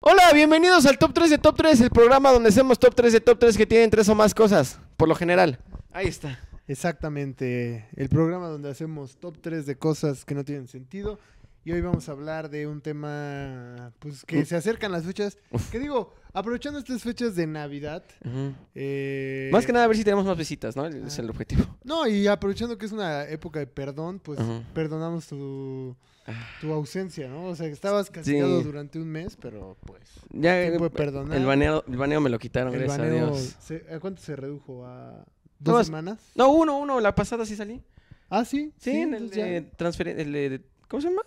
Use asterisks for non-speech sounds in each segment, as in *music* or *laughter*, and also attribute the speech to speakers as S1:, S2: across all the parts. S1: Hola, bienvenidos al Top 3 de Top 3, el programa donde hacemos Top 3 de Top 3 que tienen tres o más cosas, por lo general. Ahí está.
S2: Exactamente, el programa donde hacemos top 3 de cosas que no tienen sentido. Y hoy vamos a hablar de un tema pues que se acercan las fechas. Que digo, aprovechando estas fechas de Navidad. eh,
S1: Más que nada a ver si tenemos más visitas, ¿no? Es el objetivo.
S2: No, y aprovechando que es una época de perdón, pues
S1: Ajá. Ah.
S2: perdonamos tu, tu ausencia, ¿no? O sea, que estabas castigado
S1: Sí.
S2: durante un mes, pero pues.
S1: Ya
S2: Tiempo de
S1: eh,
S2: perdonar.
S1: El baneo, el baneo me lo quitaron,
S2: el
S1: gracias a
S2: baneo
S1: Dios.
S2: se- ¿A cuánto se redujo? ¿A dos
S1: Nada más-
S2: semanas?
S1: No, uno, uno, la pasada sí salí.
S2: Ah, sí.
S1: Sí, en el
S2: entonces ya.
S1: de transferen- el de- ¿Cómo se llama?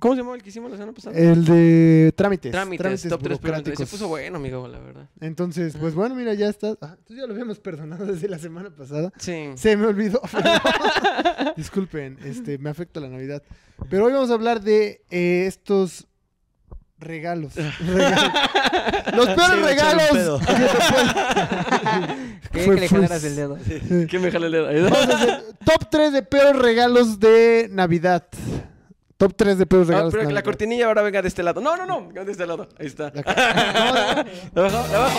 S1: ¿Cómo se llamaba el que hicimos la semana pasada?
S2: El de Eh, trámites.
S1: trámites, top 3 Se
S2: burocráticos.
S1: puso bueno, amigo, la verdad.
S2: Entonces, pues bueno, mira, ya está. Ah, tú ya lo habíamos perdonado desde la semana pasada.
S1: Sí.
S2: Se
S1: *laughs*
S2: me olvidó. perdón. *laughs* Disculpen, este, me afecta la Navidad. Pero hoy vamos a hablar de eh, estos
S1: *laughs*
S2: regalos. Regalos. Los
S3: Sí,
S2: peores
S3: voy a echar un pedo.
S2: *laughs* regalos.
S1: *laughs*
S3: ¿Qué
S2: Fue
S3: que le jalas
S2: fus.
S3: el dedo?
S1: ¿Qué me jala el dedo?
S2: Vamos
S1: *laughs*
S2: a hacer top 3 de peores regalos de Navidad. Top 3 de peores
S1: Ah,
S2: regalos.
S1: pero
S2: de
S1: que la
S2: Navidad.
S1: cortinilla ahora venga de este lado. No, no, no, venga de este lado. Ahí está.
S2: La
S1: De
S2: cor- *laughs* No, no, no.
S1: abajo, de abajo.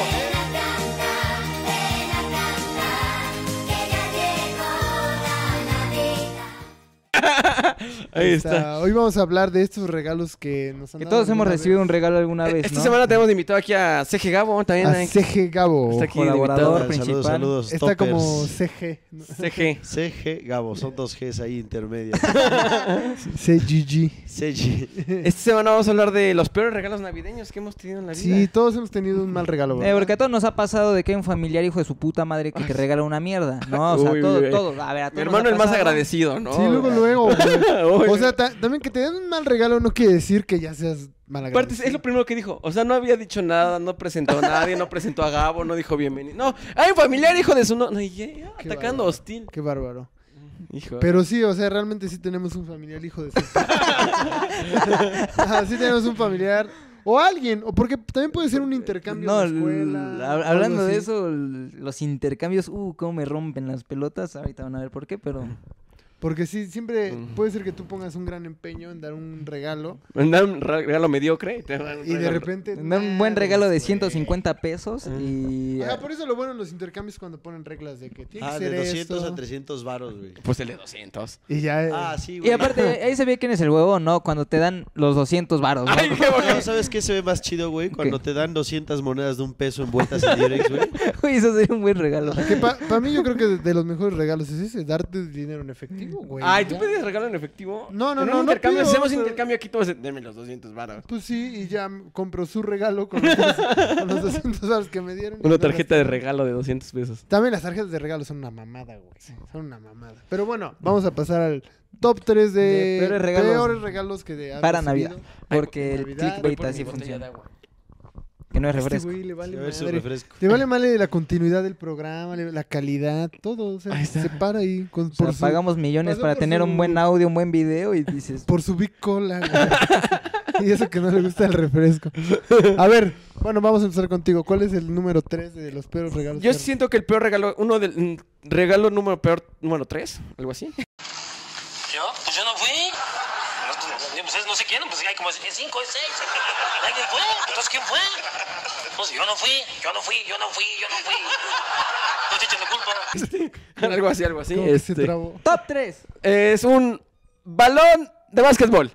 S1: Ahí está.
S2: Hoy vamos a hablar de estos regalos que nos han
S3: Que
S2: dado
S3: todos hemos
S2: alguna
S3: recibido
S2: vez.
S3: un regalo alguna vez,
S1: Esta
S3: ¿no?
S1: semana tenemos invitado aquí este a CG Gabo también.
S2: A
S1: hay-
S2: CG Gabo.
S1: Está aquí de
S3: Colaborador
S1: invitado.
S3: principal. Saludos, saludos,
S2: Está como CG. ¿no?
S1: CG.
S4: CG Gabo, son dos Gs ahí
S2: *laughs*
S4: intermedias. *laughs*
S2: CGG.
S4: CG.
S1: Esta semana vamos a hablar de los peores regalos navideños que hemos tenido en la
S2: Sí,
S1: vida.
S2: todos hemos tenido un mal regalo.
S3: Eh,
S2: ¿verdad?
S3: porque a todos nos ha pasado de que hay un familiar hijo de su puta madre que te regala una mierda, ¿no? O sea,
S1: Uy,
S3: todo,
S1: güey.
S3: todo. A ver, a todos
S1: Mi
S3: nos
S1: hermano
S3: ha
S1: el más
S3: pasado.
S1: agradecido, ¿no? Ah,
S2: sí,
S1: *laughs*
S2: luego,
S3: *laughs*
S2: luego. güey.
S1: Uy,
S2: o sea, ta- también que te den un mal regalo no quiere decir que ya seas mal
S1: Aparte,
S2: agradecido.
S1: es lo primero que dijo. O sea, no había dicho nada, no presentó a nadie, no presentó a Gabo, no dijo bienvenido. No, hay un familiar, hijo de su no. no y ya, ya,
S2: Qué
S1: atacando
S2: bárbaro.
S1: hostil.
S2: Qué bárbaro.
S1: Hijo.
S2: Pero sí, o sea, realmente sí tenemos un familiar hijo de su...
S3: *laughs*
S2: Ajá, sí tenemos un familiar. O alguien, o porque también puede ser un intercambio
S3: No,
S2: en la escuela.
S3: l-
S2: o algo
S3: hab- hablando de
S2: así.
S3: eso, l- los intercambios, uh, cómo me rompen las pelotas. Ahorita van a ver por qué, pero.
S2: Porque sí, siempre
S1: Mm.
S2: puede ser que tú pongas un gran empeño en dar un regalo
S1: Mandar un re- regalo mediocre. y te dan un
S2: y de
S1: regalo-
S2: repente...
S3: Me dan un buen
S2: nah,
S3: regalo de
S2: güey.
S3: 150 pesos y.
S2: Ajá, por eso lo bueno en los intercambios cuando ponen reglas de que tiene
S4: Ah,
S2: que ser
S4: de 200
S2: esto.
S4: a 300 varos, güey.
S1: Pues el de 200.
S2: Y ya... eh,
S4: Ah, sí, güey.
S3: Y aparte, ahí se ve quién es el huevo, ¿no? Cuando te dan los 200 varos, ¿no?
S1: Ay, qué
S4: No,
S1: bueno.
S4: ¿Sabes qué se ve más chido, güey? Cuando
S3: ¿Qué?
S4: te dan 200 monedas de un peso envueltas en
S2: *laughs*
S4: Durex, güey.
S3: *laughs* Uy, eso sería un buen regalo.
S2: Que para mí yo creo que de, de los mejores regalos es ese, darte dinero en efectivo,
S3: Mm.
S2: güey.
S1: Ay, ¿tú
S2: Ya.
S1: pedías regalo en efectivo?
S2: No, no,
S1: En un
S2: no, no
S1: intercambio,
S2: pido,
S1: hacemos
S2: pero-
S1: intercambio aquí, todos. Deme los 200 varos.
S2: Pues sí, y ya compro su regalo con los, con los 200 dólares que me dieron. y
S1: Una
S2: no
S1: tarjeta de
S2: gasté.
S1: regalo de 200 pesos.
S2: También las tarjetas de regalo son una mamada, güey. Son una mamada. Pero bueno, vamos a pasar al top 3 de,
S3: De peores regalos.
S2: regalos que de
S3: Para Navidad.
S1: Ay,
S3: Porque el
S2: Navidad,
S3: clickbait
S1: Por mi
S3: así
S1: botella de
S3: funciona.
S1: agua.
S3: Que no es
S2: Este
S3: refresco.
S2: güey le
S4: A
S2: vale
S4: ver su
S2: madre.
S4: refresco.
S2: Le vale mal la continuidad del programa, le- la calidad, todo. o sea,
S1: Ahí está.
S2: se para ahí con,
S3: O sea,
S2: por, su,
S3: pagamos millones
S2: pasó
S3: para
S2: por
S3: tener
S2: su-
S3: un buen audio, un buen video y dices,
S2: *laughs* por su Big Cola, güey. *laughs* y eso que no le gusta el refresco. A ver, bueno, vamos a empezar contigo. ¿Cuál es el número 3 de los peores regalos?
S1: Yo
S2: que-
S1: siento que el peor regalo, uno del mm, regalo número peor, número 3, algo así.
S5: ¿Yo? Pues yo no fui. No, pues es no sé quién, pues hay como es cinco, es seis. ¿Alguien fue? Entonces, ¿quién fue? No sé, yo no fui, yo no fui, yo no fui, yo no fui. No te echen la culpa.
S1: algo así, algo así.
S2: Como que se
S1: este.
S2: trabó.
S3: top 3.
S1: es un balón de básquetbol.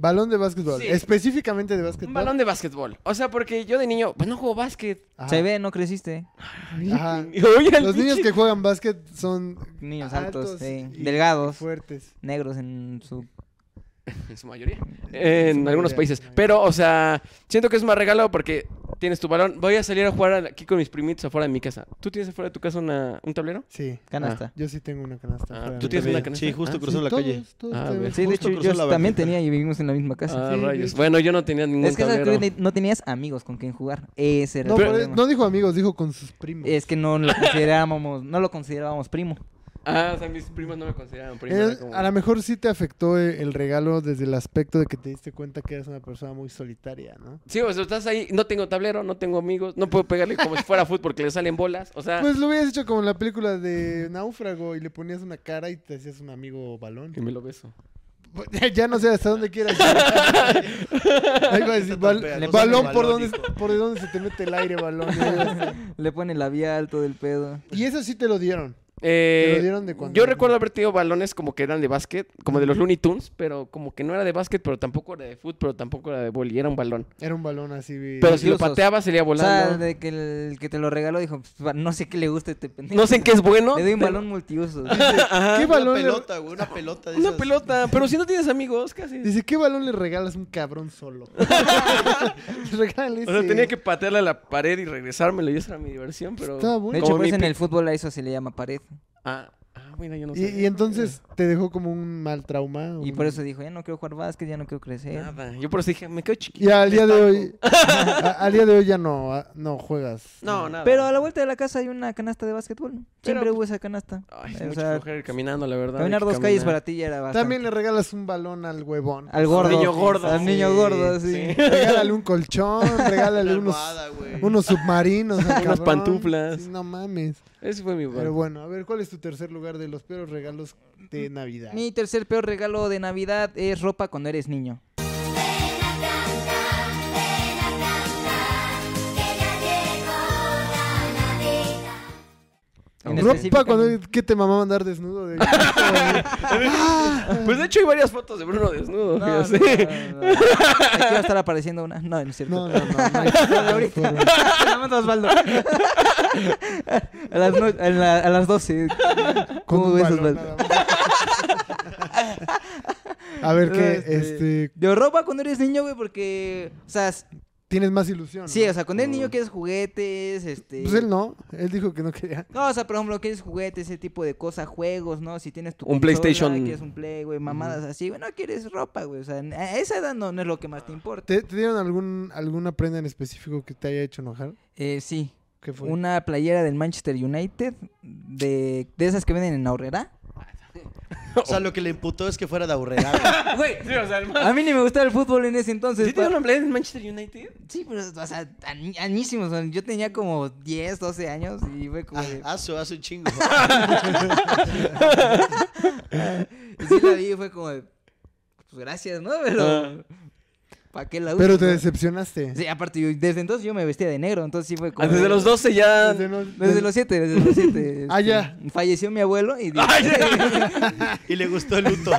S2: Balón de básquetbol.
S1: Sí.
S2: Específicamente de
S1: Un
S2: básquetbol.
S1: balón de básquetbol. O sea, porque yo de niño, pues no juego *laughs* básquet.
S2: Ajá.
S3: Se ve, no creciste.
S2: Ah, Ajá.
S1: Y oye, el
S2: Los niños
S1: pinche-
S2: que juegan básquet son
S3: Niños
S2: altos,
S3: altos, sí,
S2: y
S3: delgados.
S2: fuertes.
S3: Negros en su...
S1: En su mayoría. En
S2: mayoría,
S1: algunos
S2: en su
S1: países.
S2: mayoría.
S1: Pero, o sea, siento que es más regalo porque tienes tu balón. Voy a salir a jugar aquí con mis primitos afuera de mi casa. ¿Tú tienes afuera de tu casa una- un tablero?
S2: Sí.
S3: canasta.
S2: Yo sí tengo una canasta.
S1: Ah,
S2: fuera
S1: ¿tú
S2: de
S1: tienes
S2: mi
S1: una
S2: casa.
S1: canasta?
S4: Sí, justo
S1: Ah,
S4: cruzando
S2: Sí,
S4: la calle.
S2: todos, todos
S1: Ah, a
S2: tenemos-
S1: ver.
S3: Sí, de
S4: este Justo
S3: hecho yo
S4: cruzó la
S3: también
S4: banqueta.
S3: tenía y vivimos en la misma casa.
S1: Ah,
S2: Sí,
S1: rayos.
S2: yo-
S1: Bueno, yo no tenía ningún
S3: es que ¿sabes
S1: tablero.
S3: qué? no tenías amigos con quien jugar. Ese era
S2: No,
S3: el
S2: pero
S3: problema.
S2: no dijo amigos, dijo con sus primos.
S3: Es que no lo considerábamos, no lo considerábamos primo. *laughs*
S1: Ah, o sea, mis primas no me consideraban prima.
S2: Eh,
S1: era como-
S2: a lo mejor sí te afectó eh, el regalo desde el aspecto de que te diste cuenta que eras una persona muy solitaria, ¿no?
S1: Sí, o sea, estás ahí, no tengo tablero, no tengo amigos, no puedo pegarle como si fuera fútbol porque le salen bolas. O sea,
S2: Pues lo hubieras hecho como en la película de Náufrago y le ponías una cara y te hacías un amigo balón. Pues,
S1: y me lo beso.
S2: ya no sé hasta dónde quieras. llegar. Ahí va a decir, bal-
S4: Le
S2: balón,
S4: pone
S2: por,
S4: balón,
S2: donde,
S4: hijo.
S2: por donde se te mete el aire, balón.
S3: Le pone labial, todo el pedo.
S2: y eso sí te lo dieron.
S1: Eh,
S2: Te lo dieron de cuando-
S1: yo recuerdo haber tenido balones como que eran de básquet, como de los Looney Tunes, pero como que no era de básquet, pero tampoco era de fútbol, pero tampoco era de boli, era un balón.
S2: Era un balón así.
S1: Pero si lo
S3: Incluso-
S1: pateaba, salía
S3: O sea,
S1: volando.
S3: de que el que te lo regaló dijo, "Pues, va, no sé qué le gusta a este pendejo.
S1: No sé en qué es bueno.
S3: Le doy un balón multiuso.
S2: ¿Qué
S4: Ah, Una
S2: balón le-
S4: pelota, güey, una pelota. de
S1: Una
S4: esas.
S1: pelota, pero si no tienes amigos, casi.
S2: Dice, ¿qué balón le regalas a un cabrón solo? *laughs* Regálale
S1: O sea,
S2: ese.
S1: tenía que patearle a la pared y regresármelo, y esa era mi diversión, pero...
S2: Estaba bueno.
S3: De hecho,
S1: Como
S3: por
S1: mi
S3: eso en
S1: pi-
S3: el fútbol a eso se le llama pared.
S1: Ah, ah, mira, yo no
S2: Y,
S1: sé.
S2: y entonces te dejó como un mal trauma.
S3: Y
S2: un-
S3: por eso dijo, ya no quiero jugar básquet, ya no quiero crecer.
S1: Nada, yo por eso dije, me quedo chiquito.
S2: Y al día de hoy. *laughs* a- al día de hoy ya no, a- no juegas.
S1: No, nada.
S3: Pero a la vuelta de la casa hay una canasta de básquetbol. Siempre
S1: Pero- pues
S3: hubo esa canasta.
S1: Ay,
S3: Eh,
S1: es
S3: o
S1: mucho
S3: sea,
S1: flojera ir caminando, la verdad.
S3: caminar
S1: hay
S3: dos
S1: que
S3: calles para
S1: caminar.
S3: ti ya era bastante.
S2: También le regalas un balón al huevón.
S3: Al gordo.
S1: niño gordo.
S3: Al niño
S2: Sí,
S3: gordo, sí.
S1: sí.
S2: Regálale un colchón,
S1: *laughs*
S2: regálale
S4: Una
S2: unos,
S4: almohada, güey.
S2: unos submarinos. al
S1: Unas
S2: cabrón.
S1: pantuflas.
S2: Sí, no mames.
S1: Ese fue mi
S2: Pero
S1: balón.
S2: bueno, a ver, ¿cuál es tu tercer lugar de los peores regalos de Navidad?
S3: Mi tercer peor regalo de Navidad es ropa cuando eres niño. En
S2: Ropa
S3: específico,
S2: cuando ¿qué te mamá mandar desnudo
S3: *laughs*
S2: de
S1: Pues de hecho hay varias fotos de Bruno desnudo.
S3: No,
S1: *laughs*
S3: no,
S1: fíjate.
S3: no, no, no. Aquí va a estar apareciendo una. No, no es cierto.
S2: No, no, no,
S3: *laughs*
S2: no. hay-
S3: De ahorita. La mando a Osvaldo. A las, no- a la- a las
S2: Con
S3: 12. ¿Cómo
S2: un
S3: ves,
S2: balón
S3: Osvaldo?
S2: nada más. A ver qué, este,
S3: De ropa cuando eres niño, güey, porque. O sea, s-
S2: tienes más ilusión. ¿no?
S3: sí, o sea, cuando eres niño quieres juguetes, este.
S2: Pues él no, él dijo que no quería.
S3: No, o sea, por ejemplo, quieres juguetes, ese tipo de cosas, juegos, ¿no? Si tienes tu
S1: Un
S3: consola,
S1: PlayStation.
S3: quieres un Play, güey, mamadas así, güey, no quieres ropa, güey, o sea, en- a esa edad no, no es lo que más te importa.
S2: ¿Te, te dieron algún alguna prenda en específico que te haya hecho enojar?
S3: Eh, sí,
S2: ¿Qué fue?
S3: una playera del Manchester United, de, de esas que venden en Aurrera.
S4: O sea, lo que le imputó es que fuera de aburrera.
S2: *laughs*
S3: Güey,
S1: Sí, o sea, el
S3: a mí ni me gustaba el fútbol en ese entonces.
S1: ¿Sí
S3: pa-
S1: tiene una playa en Manchester United?
S3: Sí, pero, o sea, ani- añísimos, o sea, yo tenía como 10, 12 años y fue como...
S2: Ah.
S3: de-
S4: Hace, hace un
S2: *laughs*
S4: chingo.
S3: Y sí la vi y fue como de, Pues gracias, ¿no? Pero... ¿Para qué la uso?
S2: Ah. Pero te
S3: no?
S2: decepcionaste.
S3: Sí, aparte, yo- desde entonces yo me vestía de negro, entonces sí fue como...
S1: Ah, desde
S3: de-
S1: los 12 ya...
S2: Desde no-
S3: Desde
S2: desde-
S3: los siete, desde los siete.
S1: *laughs*
S2: Ah,
S3: este,
S2: ya.
S3: Falleció mi abuelo y...
S1: Ay,
S4: y le gustó el
S1: *laughs*
S4: luto.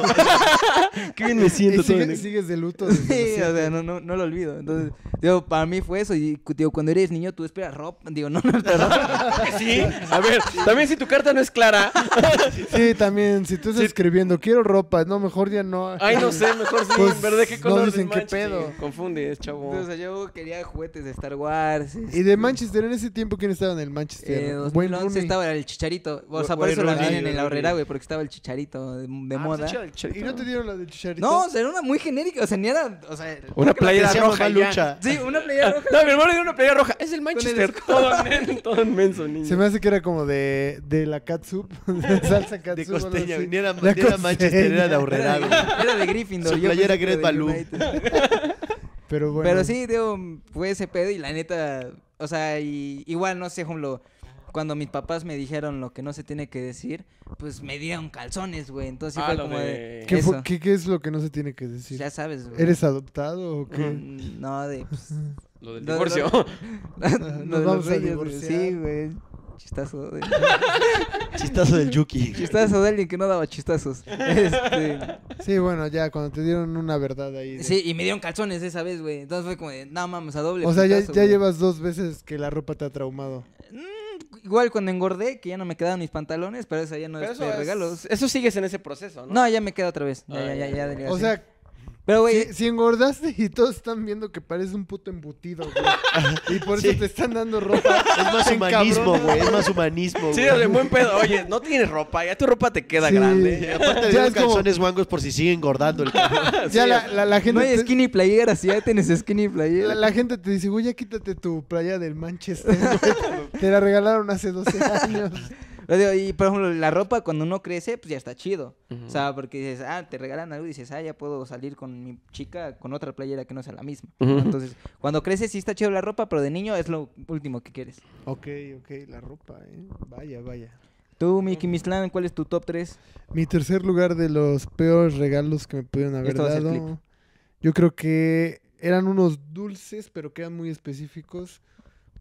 S1: Qué bien me
S2: *laughs* y
S1: siento. todo
S2: sigue-
S1: en-
S2: sigues de luto.
S3: *laughs* *laughs* Sí,
S2: desde los siete.
S3: o sea, no, no, no lo olvido. Entonces, digo, para mí fue eso. Y, digo, cuando eres niño, tú esperas ropa.
S1: *laughs*
S3: Digo, no, no esperas ropa.
S1: Sí, a ver, también si tu carta no es clara.
S2: Sí, también, si tú estás
S1: Sí.
S2: escribiendo, quiero ropa, no, mejor ya no.
S1: Ay, no sé, mejor sí,
S2: Pues,
S1: ¿verdad? ¿Qué
S2: no
S1: color
S2: dicen
S1: del
S2: qué
S1: Manchester?
S2: pedo.
S1: Confundes, chavo.
S3: Entonces, o sea, yo quería juguetes de Star Wars. este,
S2: Y de Manchester, en ese tiempo, ¿quién estaba en el Manchester?
S3: Eh,
S2: Wayne
S3: 2011
S2: Rooney.
S3: estaba el chicharito. O sea,
S1: Bu-
S3: por
S1: Wayne
S3: eso la
S1: Rooney.
S3: vienen en la
S1: Wayne
S3: horrera,
S1: Rooney.
S3: güey, porque estaba el chicharito de, de
S1: Ah, pues,
S3: moda.
S1: échale el
S2: ¿Y no
S1: chicharito.
S2: te dieron la del chicharito?
S3: No, o sea, era una muy genérica. O sea, ni era. O sea,
S1: Una playera
S4: Decía
S1: roja
S4: mamá
S1: ya.
S4: lucha.
S3: sí, una
S1: *laughs*
S3: playera roja.
S1: No, mi hermano dio una playera roja. Es el Manchester. *laughs* Todo, men- todo inmenso, niño.
S2: Se me hace que era como de, de la catsup, *laughs* de salsa catsup.
S4: De
S2: o algo
S4: costeña.
S2: así.
S4: Ni era,
S2: La
S4: ni era Manchester,
S2: costeña.
S4: era de
S3: Era
S4: aburrera,
S3: de,
S4: güey.
S3: era de Gryffindor.
S4: Su
S3: yo
S4: playera
S3: pensé que
S4: Gret
S3: era de
S4: Balú.
S3: United.
S2: Pero bueno.
S3: Pero sí, digo, fue ese pedo y la neta, o sea, y- igual, no sé, Jumlo, cuando mis papás me dijeron lo que no se tiene que decir, pues me dieron calzones, güey. Entonces sí
S1: Ah,
S3: fue
S1: lo
S3: como de...
S1: de-
S2: ¿Qué, fue-
S3: eso.
S2: qué- qué es lo que no se tiene que decir?
S3: Ya sabes, güey.
S2: ¿Eres adoptado o qué?
S3: Mm, No, de...
S2: *laughs*
S3: pues,
S1: Lo del
S3: No,
S1: divorcio. *laughs*
S3: lo de *laughs* los
S2: vamos a
S3: reyes, güey. Sí,
S2: divorciar.
S3: güey. Chistazo. de-
S4: *laughs* Chistazo del Yuki.
S3: Chistazo de alguien que no daba
S1: *laughs*
S3: chistazos. Este...
S2: Sí, bueno, ya, cuando te dieron una verdad ahí. de-
S3: Sí, y me dieron calzones esa vez, güey. Entonces fue como de, no mames, a doble.
S2: O sea, ya,
S3: putazo,
S2: ya
S3: güey.
S2: llevas dos veces que la ropa te ha traumado.
S3: Igual cuando engordé, que ya no me quedaban mis pantalones, pero esa ya no
S1: Pero
S3: es de este, regalos.
S1: es- Eso sigues en ese proceso, ¿no?
S3: No, ya me queda otra vez. Ya,
S1: Ah,
S3: ya, ya,
S1: ya,
S3: ya
S1: ya.
S3: delgacé.
S2: O sea,
S3: pero güey,
S2: si, si engordaste y todos están viendo que pareces un puto embutido,
S4: *laughs*
S2: güey. Y por eso
S4: Sí.
S2: te están dando ropa.
S4: Es más
S2: Te
S4: humanismo,
S2: encabronas.
S4: güey. Es más humanismo,
S1: Sí,
S4: güey.
S1: o sea, buen pedo. Oye, no tienes ropa, ya tu ropa te queda
S2: Sí.
S1: grande.
S4: Y Aparte de
S2: Ya
S4: los
S2: es como-
S4: calzones guangos por si sigue engordando el cabrón.
S2: Ya la, la- la gente
S3: no hay
S2: te-
S3: skinny player, así ya tienes skinny player.
S2: la, la gente te dice, *laughs* güey, ya quítate tu playa del Manchester. güey. te la regalaron hace 12 años.
S3: Lo digo, y por ejemplo, la ropa cuando uno crece, pues ya está chido. O sea, porque dices, ah, te regalan algo y dices, ah, ya puedo salir con mi chica con otra playera que no sea la misma. ¿no?
S1: Ujú.
S3: Entonces, cuando creces sí está chido la ropa, pero de niño es lo último que quieres.
S2: *laughs* Ok, ok, la ropa, ¿eh? Vaya, vaya.
S3: Tú, Mickey Mislan, ¿cuál es tu top 3?
S2: Mi tercer lugar de los peores regalos que me pudieron haber
S3: Esto va a ser clip.
S2: dado. Yo creo que eran unos dulces, pero que eran muy específicos.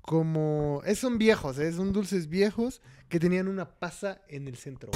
S2: Como. Es, son viejos, ¿eh? Son dulces viejos que tenían una pasa en el centro.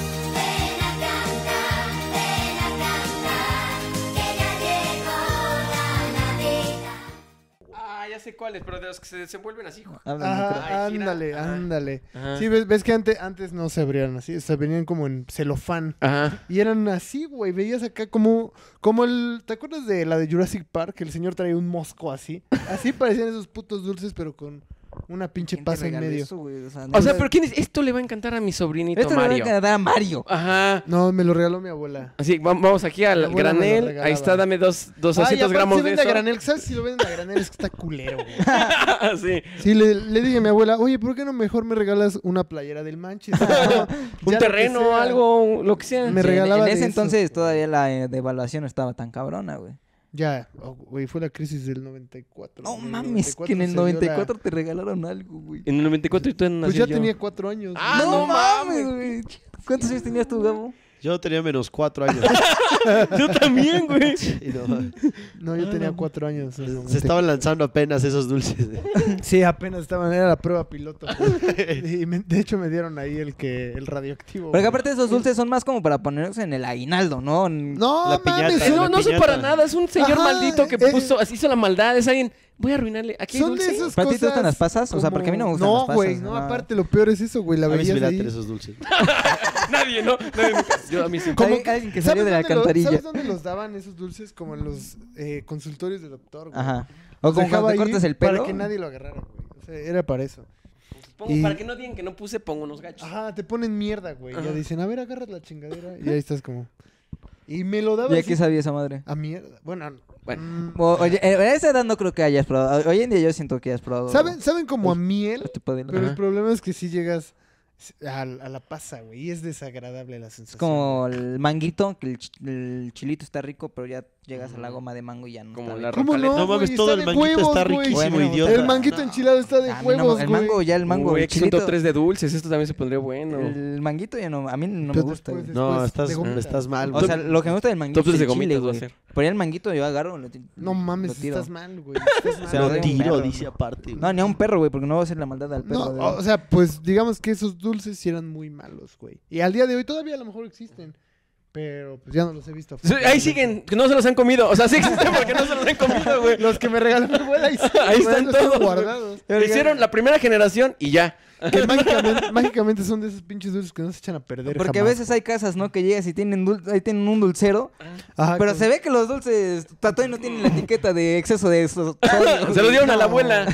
S1: Ah, ya sé cuáles, pero de los que se desenvuelven así.
S3: Habla
S2: Ajá, ah,
S1: Ay, gira.
S2: ándale,
S3: ah.
S1: Ajá.
S2: ándale.
S1: Ajá.
S2: Sí, ves, ves que ante- antes no se abrían así, se venían como en celofán.
S1: Ajá.
S2: Y eran así, güey. Veías acá como, como el. ¿Te acuerdas de la de Jurassic Park? Que el señor traía un mosco así. Así parecían esos putos dulces, pero con una pinche pasa en medio.
S3: o sea,
S1: O sea, pero ¿quién es? Esto le va a encantar a mi sobrinito
S3: esto le va a
S1: Mario.
S3: quedar a Mario.
S1: Ajá.
S2: No, me lo regaló mi abuela.
S1: Así, va- vamos aquí al
S2: Mi abuela me lo
S1: granel.
S2: regalaba.
S1: Ahí está, dame dos, 200
S2: Ay, aparte
S1: gramos
S2: se
S1: de
S2: vende
S1: eso. *laughs*
S2: a granel. ¿Sabes si lo venden a granel? Es que está culero, güey.
S1: Ah, sí.
S2: Sí, le, le dije a mi abuela, oye, ¿por qué no mejor me regalas una playera
S1: *laughs*
S2: del Manchester? Ya lo
S1: Un
S2: que
S1: terreno o
S2: sea.
S1: algo, lo que sea.
S2: Me
S3: Sí, en-
S2: regalaba
S3: En,
S2: de
S3: ese
S2: esos,
S3: entonces
S2: güey.
S3: todavía la eh, devaluación no estaba tan cabrona, güey.
S2: Ya, oh, güey, fue la crisis del 94.
S3: No
S2: güey,
S3: mames, que en el
S2: 94 se dio la-
S3: 94 te regalaron algo, güey.
S1: En el 94 y tú en
S2: Pues ya tenía cuatro años.
S1: Ah,
S2: güey.
S1: no mames,
S3: güey. ¿Cuántos años tenías tú, Gabo?
S4: *laughs* Yo tenía menos cuatro *laughs* años.
S1: Yo también, güey.
S4: *laughs* Y no,
S2: No,
S3: Ah,
S2: yo tenía cuatro años. en el
S4: se
S2: 94.
S4: estaban lanzando apenas esos dulces.
S2: Sí, apenas estaban, era la prueba
S4: *laughs*
S2: piloto. y me- de hecho me dieron ahí el que el radioactivo.
S3: Porque
S2: güey.
S3: aparte esos dulces son más como para ponerlos en el aguinaldo, ¿no? En-
S2: No,
S4: La
S2: mames,
S4: piñata,
S1: no,
S4: la
S2: son-
S1: no son
S4: piñata.
S1: para nada. Es un señor
S2: Ajá,
S1: maldito que
S2: eh,
S1: puso, así hizo la maldad. Es alguien, voy a arruinarle. Aquí hay
S2: son de
S1: dulce.
S2: esas
S3: ¿Para ti
S2: cosas.
S3: te gustan las pasas? O sea, porque a mí no me gustan
S2: no,
S3: las pasas,
S2: güey, no,
S3: ajá.
S2: aparte lo peor es eso, güey, la
S4: A mí sí
S2: veías
S4: me
S2: ahí.
S4: laten esos dulces.
S1: *laughs* Nadie, ¿no? Nadie nunca. Yo a mí sí.
S3: Alguien- alguien que salió de la
S2: dónde lo-
S3: alcantarilla.
S2: ¿Sabes dónde los daban esos dulces? Como en los eh, consultorios del doctor, güey.
S3: Ajá. O
S2: Los
S3: como cuando
S2: dejaba
S3: te
S2: ahí
S3: cortas el pelo.
S2: Para que nadie lo agarrara, güey. O sea, era para eso.
S1: Pongo-
S2: Y- Ah,
S1: Para que no digan que no puse, pongo unos gachos.
S2: Ajá, te ponen mierda, güey.
S1: Ajá.
S2: Ya dicen, a ver, agarra la chingadera. Y ahí estás como. Y me lo daban
S3: Ya que sabía esa madre.
S2: a mierda. Bueno,
S1: Bueno.
S2: mm,
S3: O- Oye, eh, a esa edad no creo que hayas probado. Hoy en día yo siento que hayas probado.
S2: ¿Saben, saben como a miel?
S3: este tipo de-
S2: Pero
S1: Ajá.
S2: el problema es que si llegas a, a la pasa, güey. Y es desagradable la sensación.
S3: Es como el manguito, que el, ch- el chilito está rico, pero ya llegas a la goma de mango y ya no.
S1: Como
S3: está
S1: la
S3: rico.
S2: ¿Cómo
S1: Rocaleta.
S2: no?
S4: No
S2: güey,
S4: mames, todo
S2: está
S4: el
S2: de
S4: manguito
S2: huevos,
S4: está
S2: güey.
S4: riquísimo,
S3: Bueno,
S4: idiota.
S2: El manguito enchilado está de
S3: A mí no me-
S2: huevos,
S3: el
S2: güey.
S3: mango, ya el mango,
S1: Uy,
S3: el
S1: aquí son
S3: chilito.
S1: top 3 de dulces. Esto también se pondría bueno.
S3: El manguito ya no, a mí no me
S2: Pero
S3: gusta.
S2: después
S3: güey.
S4: No,
S2: Después
S4: estás,
S2: pues, de gomitas.
S4: estás mal,
S3: O
S4: güey.
S3: sea, lo que me gusta del manguito
S1: Top tres
S3: es
S1: de
S3: el chile,
S1: gomitas va a
S3: güey.
S1: ser.
S3: Por ahí el manguito yo agarro. lo ti-
S2: No
S3: lo
S2: mames,
S3: tiro.
S2: estás mal, güey.
S3: *laughs*
S2: estás mal.
S3: sea,
S4: lo
S3: de un
S4: tiro,
S3: perro.
S4: dice aparte. *laughs*
S3: No, ni a un perro, güey, porque no va a hacer la maldad al
S2: No,
S3: perro. güey.
S2: o sea, pues digamos que esos dulces sí eran muy malos, güey. Y al día de hoy todavía a lo mejor existen. Pero pues ya no los he visto.
S1: Sí, Ahí siguen, que no se los han comido. O sea, sí existen porque no se los han comido,
S2: *laughs*
S1: güey.
S2: Los que me regaló mi abuela
S3: *laughs*
S2: y sí,
S1: Ahí
S2: güey,
S1: están
S2: los tengo
S1: todos, güey.
S2: guardados.
S1: Le hicieron la primera generación y ya.
S2: Que mágicamente, mágicamente son de esos pinches dulces que no se echan a perder.
S3: porque a
S2: jamás.
S3: veces hay casas, ¿no? Que llegas y tienen dul- ahí tienen un dulcero,
S2: Ajá,
S3: pero
S2: Ah, con-
S3: se ve que los dulces tatuajes no
S2: *laughs*
S3: tienen la etiqueta de exceso
S1: *laughs*
S3: de eso.
S1: Se los dieron a la abuela.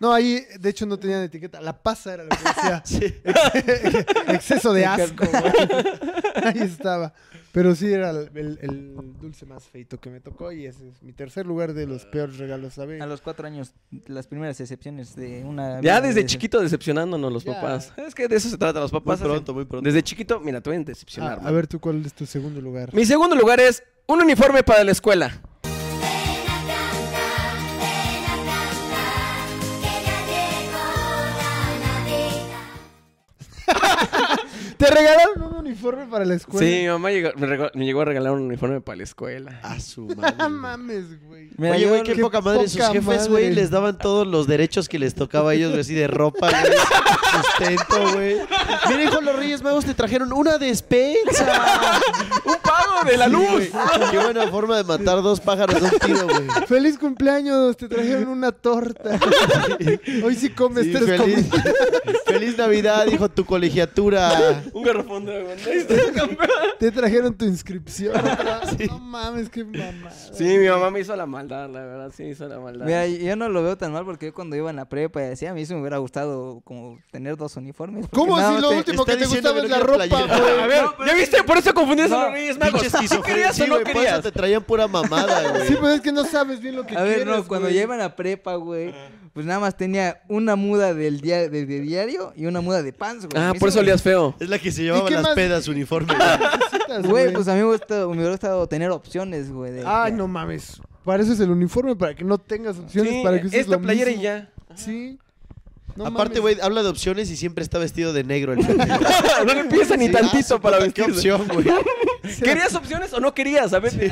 S2: No, ahí de hecho no tenían etiqueta. La pasa era lo que decía.
S3: *laughs*
S2: Ex- Exceso de asco, güey. *laughs* Ahí estaba. Pero sí era el, el- el dulce más feito que me tocó y ese es mi tercer lugar de los peores regalos. Ah, A ver,
S3: A los cuatro años, las primeras excepciones de una...
S1: Ya desde
S3: de-
S1: chiquito decepcionándonos los
S2: Ya.
S1: papás. Es que de eso se trata, los
S4: Muy
S1: papás. hacen-
S4: pronto, muy pronto.
S1: Desde chiquito, mira, te voy a
S2: a,
S1: decepcionar.
S2: Ah, a
S1: man.
S2: ver tú cuál es tu segundo lugar.
S1: Mi segundo lugar es un uniforme para la escuela.
S2: ¿Te regalaron un uniforme para la escuela?
S1: Sí, mi mamá llegó- me, rego- me llegó a regalar un uniforme para la escuela.
S4: A Ah, su
S2: No
S4: madre.
S2: mames, güey.
S3: Mira,
S4: Oye,
S3: yo-
S4: güey, qué,
S2: qué
S4: poca madre.
S2: poca
S4: Sus jefes, güey,
S2: madre.
S4: les daban todos los derechos que les tocaba a ellos, güey, así de ropa, güey, *laughs* sustento, güey. Mira, hijo, los Reyes Magos te trajeron
S2: *laughs*
S4: una despensa.
S1: *laughs* ¡Un pago de la luz!
S4: Güey, Qué buena forma de matar dos pájaros de un tiro, güey.
S2: Feliz cumpleaños, te trajeron una
S3: *laughs*
S2: torta. Hoy sí comes
S4: Sí,
S2: tres
S4: feliz,
S2: comidas.
S4: *laughs* feliz Navidad, hijo, tu colegiatura.
S1: un garrafón de agua. Ahí está, campeón.
S2: Te trajeron tu inscripción. No mames, qué mamada.
S1: *laughs* Sí, mi mamá me hizo la maldad, la verdad, sí hizo la maldad.
S3: Mira, yo no lo veo tan mal porque yo cuando iba en la prepa y decía, a mí sí me hubiera gustado como tener dos uniformes. porque
S2: ¿Cómo
S3: nada
S2: si
S3: más
S2: lo
S3: te-
S2: último
S4: está
S2: que te
S4: diciendo
S2: gustaba
S4: que
S2: es
S4: no
S2: la
S4: quiero
S2: ropa,
S4: playera.
S1: a
S2: güey?
S1: ver, ¿ya viste? Por eso confundí a
S3: No,
S1: los Reyes Magos.
S4: pinche esquizofrenia,
S1: querías o no
S4: güey. Por eso
S1: querías?
S4: te traían
S2: *laughs*
S4: pura mamada, güey.
S2: Sí, pero es que no sabes bien lo que
S3: A
S2: quieres.
S3: ver, no, cuando
S2: güey.
S3: llevan a prepa, güey, pues nada más tenía una muda del dia- de, de diario y una muda de pants, güey.
S1: Ah,
S3: Me
S1: por eso
S3: hizo-
S1: olías feo.
S4: Es la que se llevaba
S2: ¿Y qué
S4: las
S2: más?
S4: pedas, su uniforme. güey.
S2: Necesitas,
S3: Güey, pues a mí me, gusta, me hubiera gustado tener opciones, güey. de-
S2: Ay,
S3: de-
S2: no mames. Para eso es el uniforme, para que no tengas opciones,
S1: Sí,
S2: para que uses
S1: esta
S2: lo
S1: playera
S2: mismo.
S1: y ya.
S2: Sí. *laughs* No mames.
S4: Aparte, güey, habla de opciones y siempre está vestido de
S2: *laughs*
S4: negro el pendejo.
S1: *laughs* no le empieza ni
S4: Sí, ah,
S1: tantito
S4: su
S1: para
S4: puta, ¿Qué
S1: vestirse.
S4: opción, güey?
S1: ¿Querías opciones o no querías? A ver, ¿qué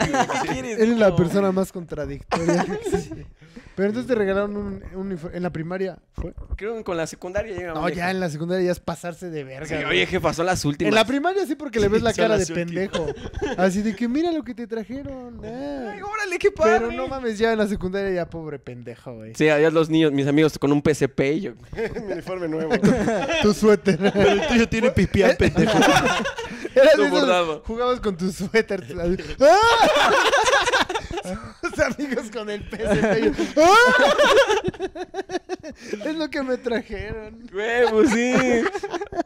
S1: quieres?
S2: Eres la
S1: No.
S2: persona más contradictoria que existe. Pero entonces te regalaron un, uniforme. ¿En la primaria fue?
S1: Creo que con la secundaria llega
S2: No,
S1: más
S2: ya en la secundaria ya es pasarse de verga.
S1: lejos. Sí,
S2: güey.
S1: oye, jefa, son las últimas.
S2: en la primaria sí porque le ves
S4: Sí,
S2: la
S4: son
S2: cara de
S4: las últimas.
S2: pendejo. Así de que mira lo que
S1: *laughs*
S2: te trajeron. ah.
S3: Ay, órale, qué padre.
S2: Pero no mames, ya en la secundaria ya pobre pendejo, güey.
S1: Sí, allá los niños, mis amigos con un PCP y yo. *laughs* Mi uniforme nuevo. *laughs*
S2: Tu suéter.
S4: Pero el tuyo tiene pipián, pendejo.
S2: Eras
S1: Lo
S2: de esos-
S1: bordaba.
S2: jugabas con tu suéter.
S1: *laughs*
S2: tú así, *laughs* ¡Ah! Sus amigos con el
S1: *laughs*
S2: PSP. y- ¡Ah! *laughs* Es lo que me trajeron.
S1: Güey, pues sí.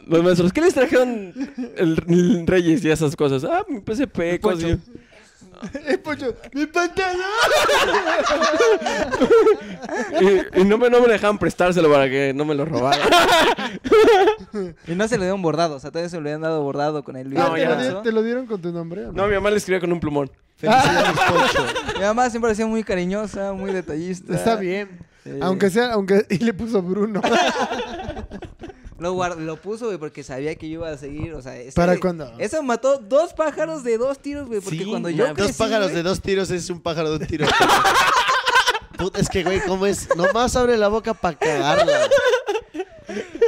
S1: Los maestros, ¿qué les trajeron el, el Reyes y esas cosas? Ah, mi PCP, cosas. así.
S2: Eh, Pocho, mi pantalón.
S1: Y, y no, me, no me dejaban prestárselo para que no me lo robaran.
S3: Y no se le dieron bordado, o sea, todavía se lo habían dado bordado con el
S1: No,
S2: Ah,
S3: libro.
S2: ¿te,
S1: ya.
S2: lo di- te lo dieron con tu nombre? o
S1: No, mi mamá le escribía con un plumón. *laughs*
S4: Felicidades, Pocho.
S3: Mi mamá siempre ha sido muy cariñosa, muy detallista.
S2: Está bien.
S3: Sí.
S2: Aunque sea, aunque. Y le puso
S1: *laughs*
S2: Bruno.
S3: Lo, guard- lo puso, güey, porque sabía que yo iba a seguir, o sea... ese-
S2: ¿Para cuándo?
S3: Eso mató dos pájaros de dos tiros, güey, porque
S1: Sí,
S3: cuando yo
S1: ma-
S3: crecí,
S4: Dos pájaros
S3: güey,
S4: de dos tiros es un pájaro de un tiro. Puta, es que, güey, ¿cómo es? Nomás abre la boca para cagarla.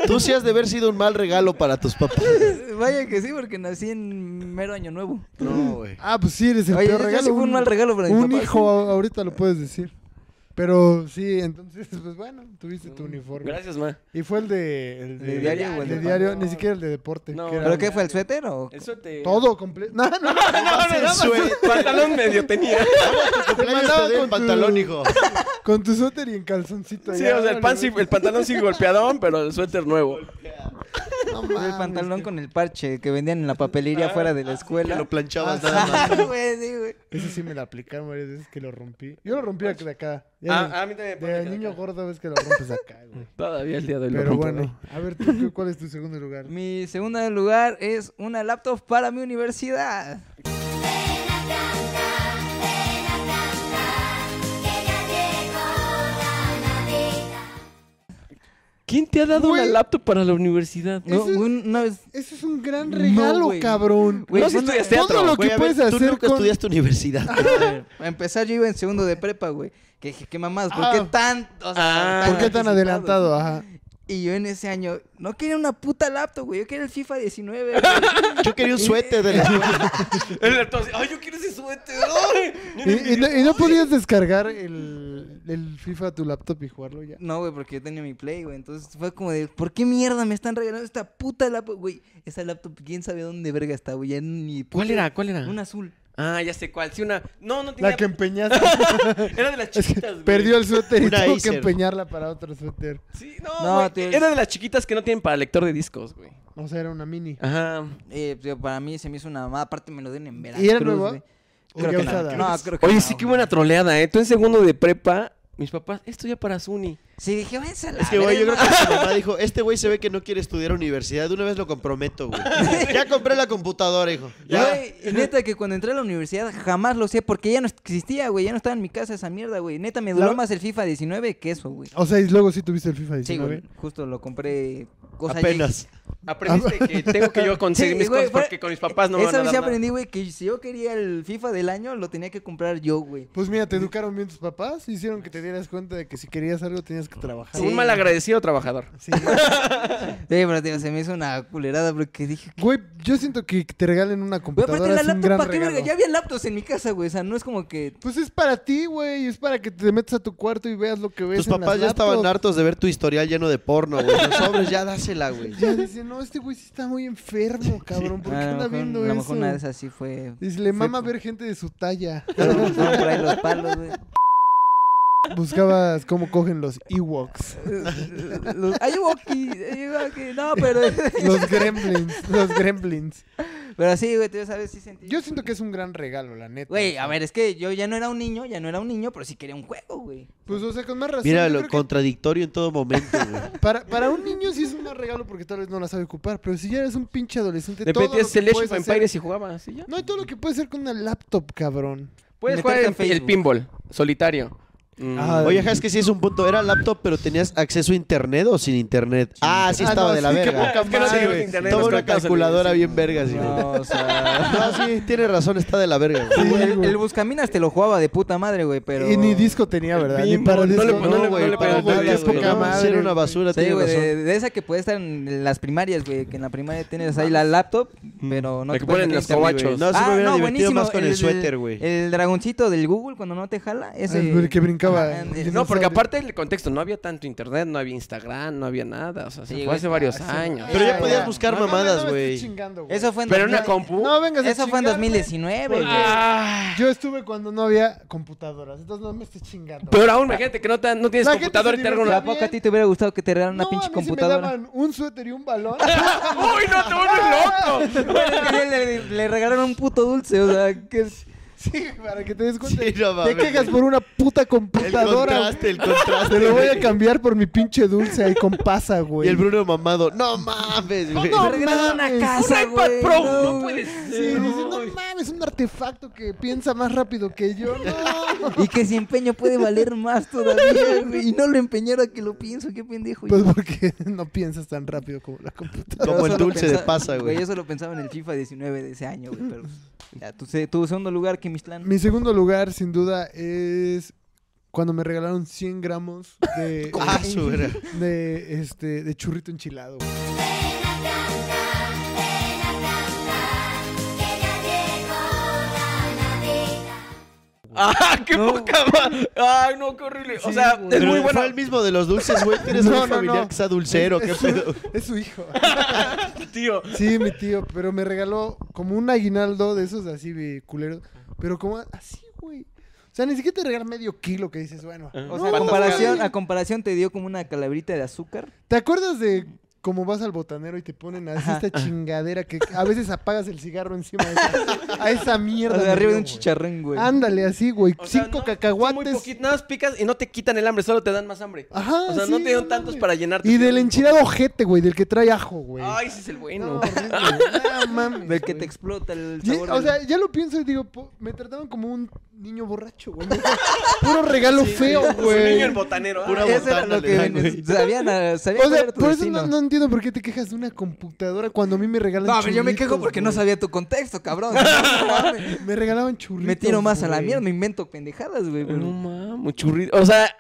S4: Tú sí has de haber sido un mal regalo para tus papás.
S3: Vaya que sí, porque nací en mero año nuevo.
S4: No, güey.
S2: Ah, pues sí, eres el
S3: Oye,
S2: peor
S3: yo- yo
S2: regalo.
S3: sí fui un mal regalo para mis
S2: Un
S3: papás,
S2: hijo, a- ahorita lo puedes decir. Pero sí, entonces, pues bueno, tuviste tu uniforme.
S1: Mm, Gracias, ma.
S2: Y fue el de, el
S3: ¿De
S2: de-
S3: diario o el
S2: de
S3: de
S2: diario,
S1: pantalón?
S2: ni siquiera el de deporte.
S1: No,
S2: que era
S3: ¿Pero qué fue, el suéter o...?
S1: Eso te.
S2: Todo completo. *laughs* No, no, no.
S4: Ah, El suéter.
S1: Pantalón medio tenía.
S4: Tu cumpleaños
S2: mandaba
S4: te dé el
S2: con tu-
S4: pantalón, hijo.
S2: Con tu suéter y en calzoncito.
S1: Sí,
S2: ya,
S1: o sea, el,
S2: vale,
S1: pan sí-
S2: güey.
S1: el pantalón sí golpeadón, pero el suéter nuevo.
S2: No
S3: *laughs* el
S2: mames,
S3: pantalón
S2: qué-
S3: con el parche que vendían en la
S1: Ah,
S3: papelería fuera de la
S4: Que
S3: *laughs* escuela.
S4: lo planchabas nada más.
S3: Ah, güey, sí, güey.
S2: Ese sí me lo aplicaron varias veces que lo rompí. Yo lo rompí de acá. Ya
S1: Ah,
S2: ves,
S1: ah, a mí también. me
S2: de
S1: pone
S2: niño
S1: acá.
S2: gordo ves que lo rompes acá, güey.
S3: *laughs*
S1: Todavía el día de hoy lo ¿eh?
S2: Pero
S1: rompo, güey.
S2: bueno, a ver, ¿tú, qué- ¿cuál es tu segundo lugar?
S3: Mi segundo lugar es una laptop para mi universidad.
S1: ¿Quién te ha dado
S2: Güey.
S1: una laptop para la universidad?
S3: No,
S2: Ese-
S3: un- una vez-
S2: Eso es un gran
S3: No,
S2: regalo,
S3: güey.
S2: cabrón.
S1: Güey, No, si
S2: Todo
S1: estudias teatro,
S2: Todo lo
S4: Güey,
S2: que
S4: a
S2: puedes
S4: ver, tú
S2: hacer
S4: nunca
S2: con...
S4: estudiaste universidad.
S3: Para empezar, yo iba en segundo de prepa, güey. Que dije, qué mamadas, ¿por qué
S2: Ah.
S3: tan, o
S1: Ah.
S3: sea,
S2: ¿Por qué tan
S3: anticipados?
S2: adelantado? Ajá.
S3: Y yo en ese año no quería una puta laptop, güey. Yo quería el FIFA 19. güey. *laughs*
S4: Yo quería un
S2: *laughs*
S4: suéter de la escuela.
S1: El laptop así, ay, yo quiero ese suéter. ay".
S2: ¿Y, y no, y no podías descargar el, el FIFA a tu laptop y jugarlo ya?
S3: no, güey, porque yo tenía mi Play, güey. Entonces fue como de, ¿por qué mierda me están regalando esta puta laptop, güey? Esa laptop, quién sabe dónde verga está, güey. Ya ni
S1: ¿Cuál era? ¿Cuál era?
S3: Un azul.
S1: Ah, ya sé cuál. Sí, una. No, no tenía. *laughs*
S2: La que empeñaste.
S1: Era de las
S2: Es que
S1: chiquitas, güey.
S2: perdió el suéter y
S4: Una
S2: tuvo
S4: Acer.
S2: que empeñarla para otro suéter.
S1: Sí, no,
S3: No,
S1: güey,
S3: tío,
S1: Era de las chiquitas que no tienen para lector de discos, güey.
S2: O sea, era una mini.
S1: Ajá.
S3: Eh, tío, para mí se me hizo una mamada. Aparte me lo dieron en Veracruz,
S2: ¿Y era nueva?
S3: güey.
S2: ¿O
S3: Creo
S2: ya
S3: que no,
S2: usada?
S3: no, creo que
S1: Oye,
S3: no,
S1: sí, qué
S3: güey.
S1: buena troleada, ¿eh? Tú en segundo de prepa, mis papás, esto ya para Zuni.
S3: Sí, dije, váyanse a la
S4: Es que, güey, yo creo
S3: verga".
S4: que su mamá dijo, este güey se ve que no quiere estudiar universidad. De una vez lo comprometo, güey. Ya compré la computadora, hijo. Ya.
S3: Güey, neta que cuando entré a la universidad jamás lo sé porque ya no existía, güey. Ya no estaba en mi casa esa mierda, güey. Neta, me duró
S2: La-
S3: más el FIFA 19 que eso, güey.
S2: O sea, y luego sí tuviste el FIFA
S3: Sí,
S2: 19.
S3: güey. Justo lo compré. o sea,
S4: Apenas.
S1: Aprendiste que tengo que yo
S3: ya-
S1: conseguir
S3: Sí,
S1: mis
S3: güey,
S1: cosas
S3: fue-
S1: porque con mis papás no me van a
S3: Esa vez
S1: dar
S3: sí
S1: nada.
S3: aprendí, güey, que si yo quería el FIFA del año, lo tenía que comprar yo, güey.
S2: Pues mira, te educaron bien tus papás, hicieron que te dieras cuenta de que si querías algo tenías que trabajar.
S3: Sí.
S1: Un mal agradecido trabajador.
S2: Sí.
S3: Sí, pero tío, se me hizo una culerada porque dije...
S2: Güey, yo siento que te regalen una
S3: Güey,
S2: computadora
S3: aparte la
S2: es un
S3: laptop,
S2: gran
S3: ¿para qué verga?
S2: regalo.
S3: Ya había laptops en mi casa, güey. O sea, no es como que...
S2: Pues es para ti, güey, es para que te metas a tu cuarto y veas lo que ves
S4: Tus
S2: Pues en las
S4: papás ya estaban
S2: laptops.
S4: hartos de ver tu historial lleno de porno, güey. Los sobres, ya dásela, güey.
S2: Ya dicen, no, este güey sí está muy enfermo, cabrón, ¿por qué
S3: Ah, a lo
S2: anda
S3: mejor-
S2: viendo
S3: a lo
S2: eso?
S3: mejor una de esas sí pues. fue...
S2: Dice, le
S3: fue
S2: mama
S3: por-
S2: ver gente de su talla. *laughs*
S3: Fueron fueron por ahí los palos, güey.
S2: Buscabas cómo cogen los Ewoks.
S3: Los- Hay un walkie, hay un walkie. No, pero.
S2: Los gremlins, los gremlins.
S3: Pero sí, güey, tú ya sabes, sí sentí.
S2: Yo siento que es un gran regalo, la neta. o
S3: Güey,
S2: sea.
S3: a ver, es que yo ya no era un niño, ya no era un niño, pero sí quería un juego, güey.
S2: Pues, o sea, con más razón.
S4: Mira
S2: yo
S4: lo
S2: creo que
S4: contradictorio en todo momento, güey.
S2: para, para un niño sí es un más regalo porque tal vez no la sabe ocupar. Pero si ya eres un pinche adolescente,
S1: De
S2: todo
S1: repente
S2: lo
S1: es el
S2: que
S1: Age
S2: puedes
S1: of
S2: hacer-
S1: Empires y jugaba así ya.
S2: No, y todo lo que puedes hacer con una laptop, cabrón.
S1: Puedes
S3: Meterte
S1: jugar
S3: en
S1: el, el
S3: Facebook.
S1: pinball, solitario. Mm.
S2: Ah,
S4: Oye, ajá, es que sí es un punto. ¿Era laptop, pero tenías acceso a internet o sin internet? Ah, sí
S2: Ah,
S4: estaba
S2: no,
S4: de la
S2: sí, qué
S4: verga.
S2: poca
S1: Es que no
S2: madre,
S1: tenemos
S2: güey.
S1: internet,
S4: Toma
S1: nos
S4: una
S1: conectamos al
S4: calculadora
S1: video.
S4: bien verga, sí. güey.
S3: No, o sea.
S4: No, sí, tiene razón, está de la verga.
S2: *laughs*
S4: güey.
S2: Sí,
S3: el,
S2: güey.
S3: el Buscaminas te lo jugaba de puta madre, güey, pero.
S2: Y ni disco tenía, ¿verdad? Ni
S1: Bimbo, no
S2: para disco.
S1: le- no le-
S4: güey,
S1: no le
S4: para
S1: pegas nada,
S4: nada,
S1: es
S4: güey,
S1: poca
S4: no,
S2: madre,
S4: sí era una
S2: güey.
S4: basura,
S3: Sí,
S4: tiene
S3: güey,
S4: razón.
S3: de, de esa que puede estar en las primarias, güey, que en la primaria tienes ahí la laptop, pero
S1: La
S3: no te
S1: que
S3: puedes
S1: ponen
S3: meter
S1: los
S3: internet, güey.
S1: cobachos.
S3: Ah,
S4: No, sí me hubiera divertido más con el suéter, güey.
S3: El dragoncito del Google cuando no te jala, ese.
S2: Ah, el que brincaba. El
S3: Ajá, eh,
S2: dinosaurio.
S1: No, porque aparte el contexto, no había tanto internet, no había Instagram, no había nada. O sea, se
S3: Sí,
S1: fue
S3: güey.
S1: hace varios
S2: Ah, sí.
S1: años.
S4: Pero ya
S2: Ah,
S4: podías buscar
S2: No, no, no,
S4: mamadas,
S2: no me
S4: güey.
S2: estés chingando, güey.
S3: Eso fue en
S1: Pero una
S3: 2000.
S1: compu.
S2: No, vengas a
S3: Eso fue en
S2: chingar, güey.
S3: 2019, güey.
S1: Ah.
S2: Yo estuve cuando no había computadoras, entonces no me estés chingando.
S1: Peor aún, imagínate que no, te- no tienes
S2: La gente
S1: computadora y
S2: se
S1: te hagan
S3: ¿A
S1: una...
S2: divertía.
S3: poco a ti te hubiera gustado que te regalaran una
S2: No,
S3: pinche
S2: a mí sí
S3: computadora?
S2: me
S3: *laughs*
S2: daban un suéter y un balón.
S4: *laughs*
S1: ¡Uy, no, te vuelves
S2: *laughs*
S1: loco!
S3: le, le- le regalaron un puto dulce, o sea, que es-
S2: sí, para que te des cuenta.
S4: Sí, no
S2: te
S4: mames,
S2: quejas
S4: güey.
S2: por una puta
S4: El
S2: computadora.
S4: contraste, el contraste.
S2: Te lo voy a
S4: güey.
S2: cambiar por mi pinche dulce ahí con pasa, güey.
S4: Y el Bruno mamado. No mames, güey.
S3: me regalaron una
S2: mames,
S3: casa,
S1: ¡Un iPad
S3: güey.
S1: Pro!
S3: no,
S1: ¡No
S3: güey.
S1: puede
S2: Sí,
S1: ser!
S2: dices, no mames, un artefacto que piensa más rápido que yo. No.
S3: Y que si empeño puede valer
S1: *laughs*
S3: más todavía, güey. Y no lo empeñara que lo pienso, qué
S2: *laughs*
S3: pendejo.
S2: Pues
S3: yo.
S2: porque no piensas tan rápido como la
S3: *laughs*
S2: computadora.
S4: Como
S3: Yo
S4: el
S3: solo
S4: dulce de
S3: pensa-
S4: pasa, güey.
S3: Yo solo pensaba en el FIFA 19 de ese año, güey. Pero ya, tu, se- tu segundo lugar, que mis plan.
S2: Mi segundo lugar, sin duda, es cuando me regalaron 100 gramos de,
S4: Ah, su verga.
S2: de, este, de churrito enchilado. güey.
S1: ¡Ah, qué poca madre! ¡Ay, no, qué horrible! o sea, es muy bueno.
S4: ¿Fue el mismo de los dulces, güey? ¿Tienes
S2: No,
S4: un
S2: no,
S4: familiar
S2: no.
S4: que sea dulcero? ¿Qué
S2: es, su-
S4: pedo?
S2: es su hijo.
S1: tío.
S2: Sí, mi tío, pero me regaló como un aguinaldo de esos así güey, culeros, pero como así, güey. O sea, ni siquiera te regalan medio kilo que dices, bueno.
S1: Ajá.
S3: Ah. O
S2: no,
S3: sea, a comparación,
S2: güey.
S3: a comparación te dio como una calabrita de azúcar.
S2: ¿Te acuerdas de cómo vas al botanero y te ponen así
S3: Ajá.
S2: esta chingadera que a veces apagas el cigarro encima de esa,
S3: *laughs*
S2: a esa mierda?
S3: De
S2: me dio,
S3: arriba de un
S2: güey.
S3: chicharrón, güey.
S2: Ándale, así, güey.
S1: O sea, no,
S2: Cinco
S1: son muy
S2: cacahuates.
S1: poquito, nada más picas y no te quitan el hambre, solo te dan más hambre.
S2: Ajá,
S1: O sea,
S2: sí,
S1: no te
S2: no
S1: dan tantos
S2: mames.
S1: para llenarte.
S2: Y del enchilado ojete, güey, del que trae ajo, güey.
S1: Ay, ese es el bueno. *laughs*
S2: no, horrible, güey. no mames.
S3: Del que te
S2: güey.
S3: explota el
S2: Y,
S3: sabor.
S2: o
S3: del-
S2: sea, ya lo pienso y digo, po- me trataban como un niño borracho, güey. *laughs* Puro regalo feo,
S1: Un niño
S2: güey.
S1: el botanero.
S4: Pura
S1: Ay,
S3: Eso era
S4: botana
S3: lo
S4: le
S3: que
S4: dan,
S2: *laughs*
S3: ven-
S4: güey.
S3: sabían, a- sabían
S2: O
S3: cuál
S2: sea,
S3: era tu
S2: por eso
S3: destino.
S2: no, no entiendo por qué te quejas de una computadora cuando a mí me regalan
S3: No, a ver, yo me
S2: churritos,
S3: quejo porque no
S2: güey.
S3: sabía tu contexto, *laughs* cabrón. No mames.
S2: Me regalaban churritos.
S3: me tiro más a la
S2: güey.
S3: mierda, me invento pendejadas, güey. pero-
S1: No mames, churrito. O sea,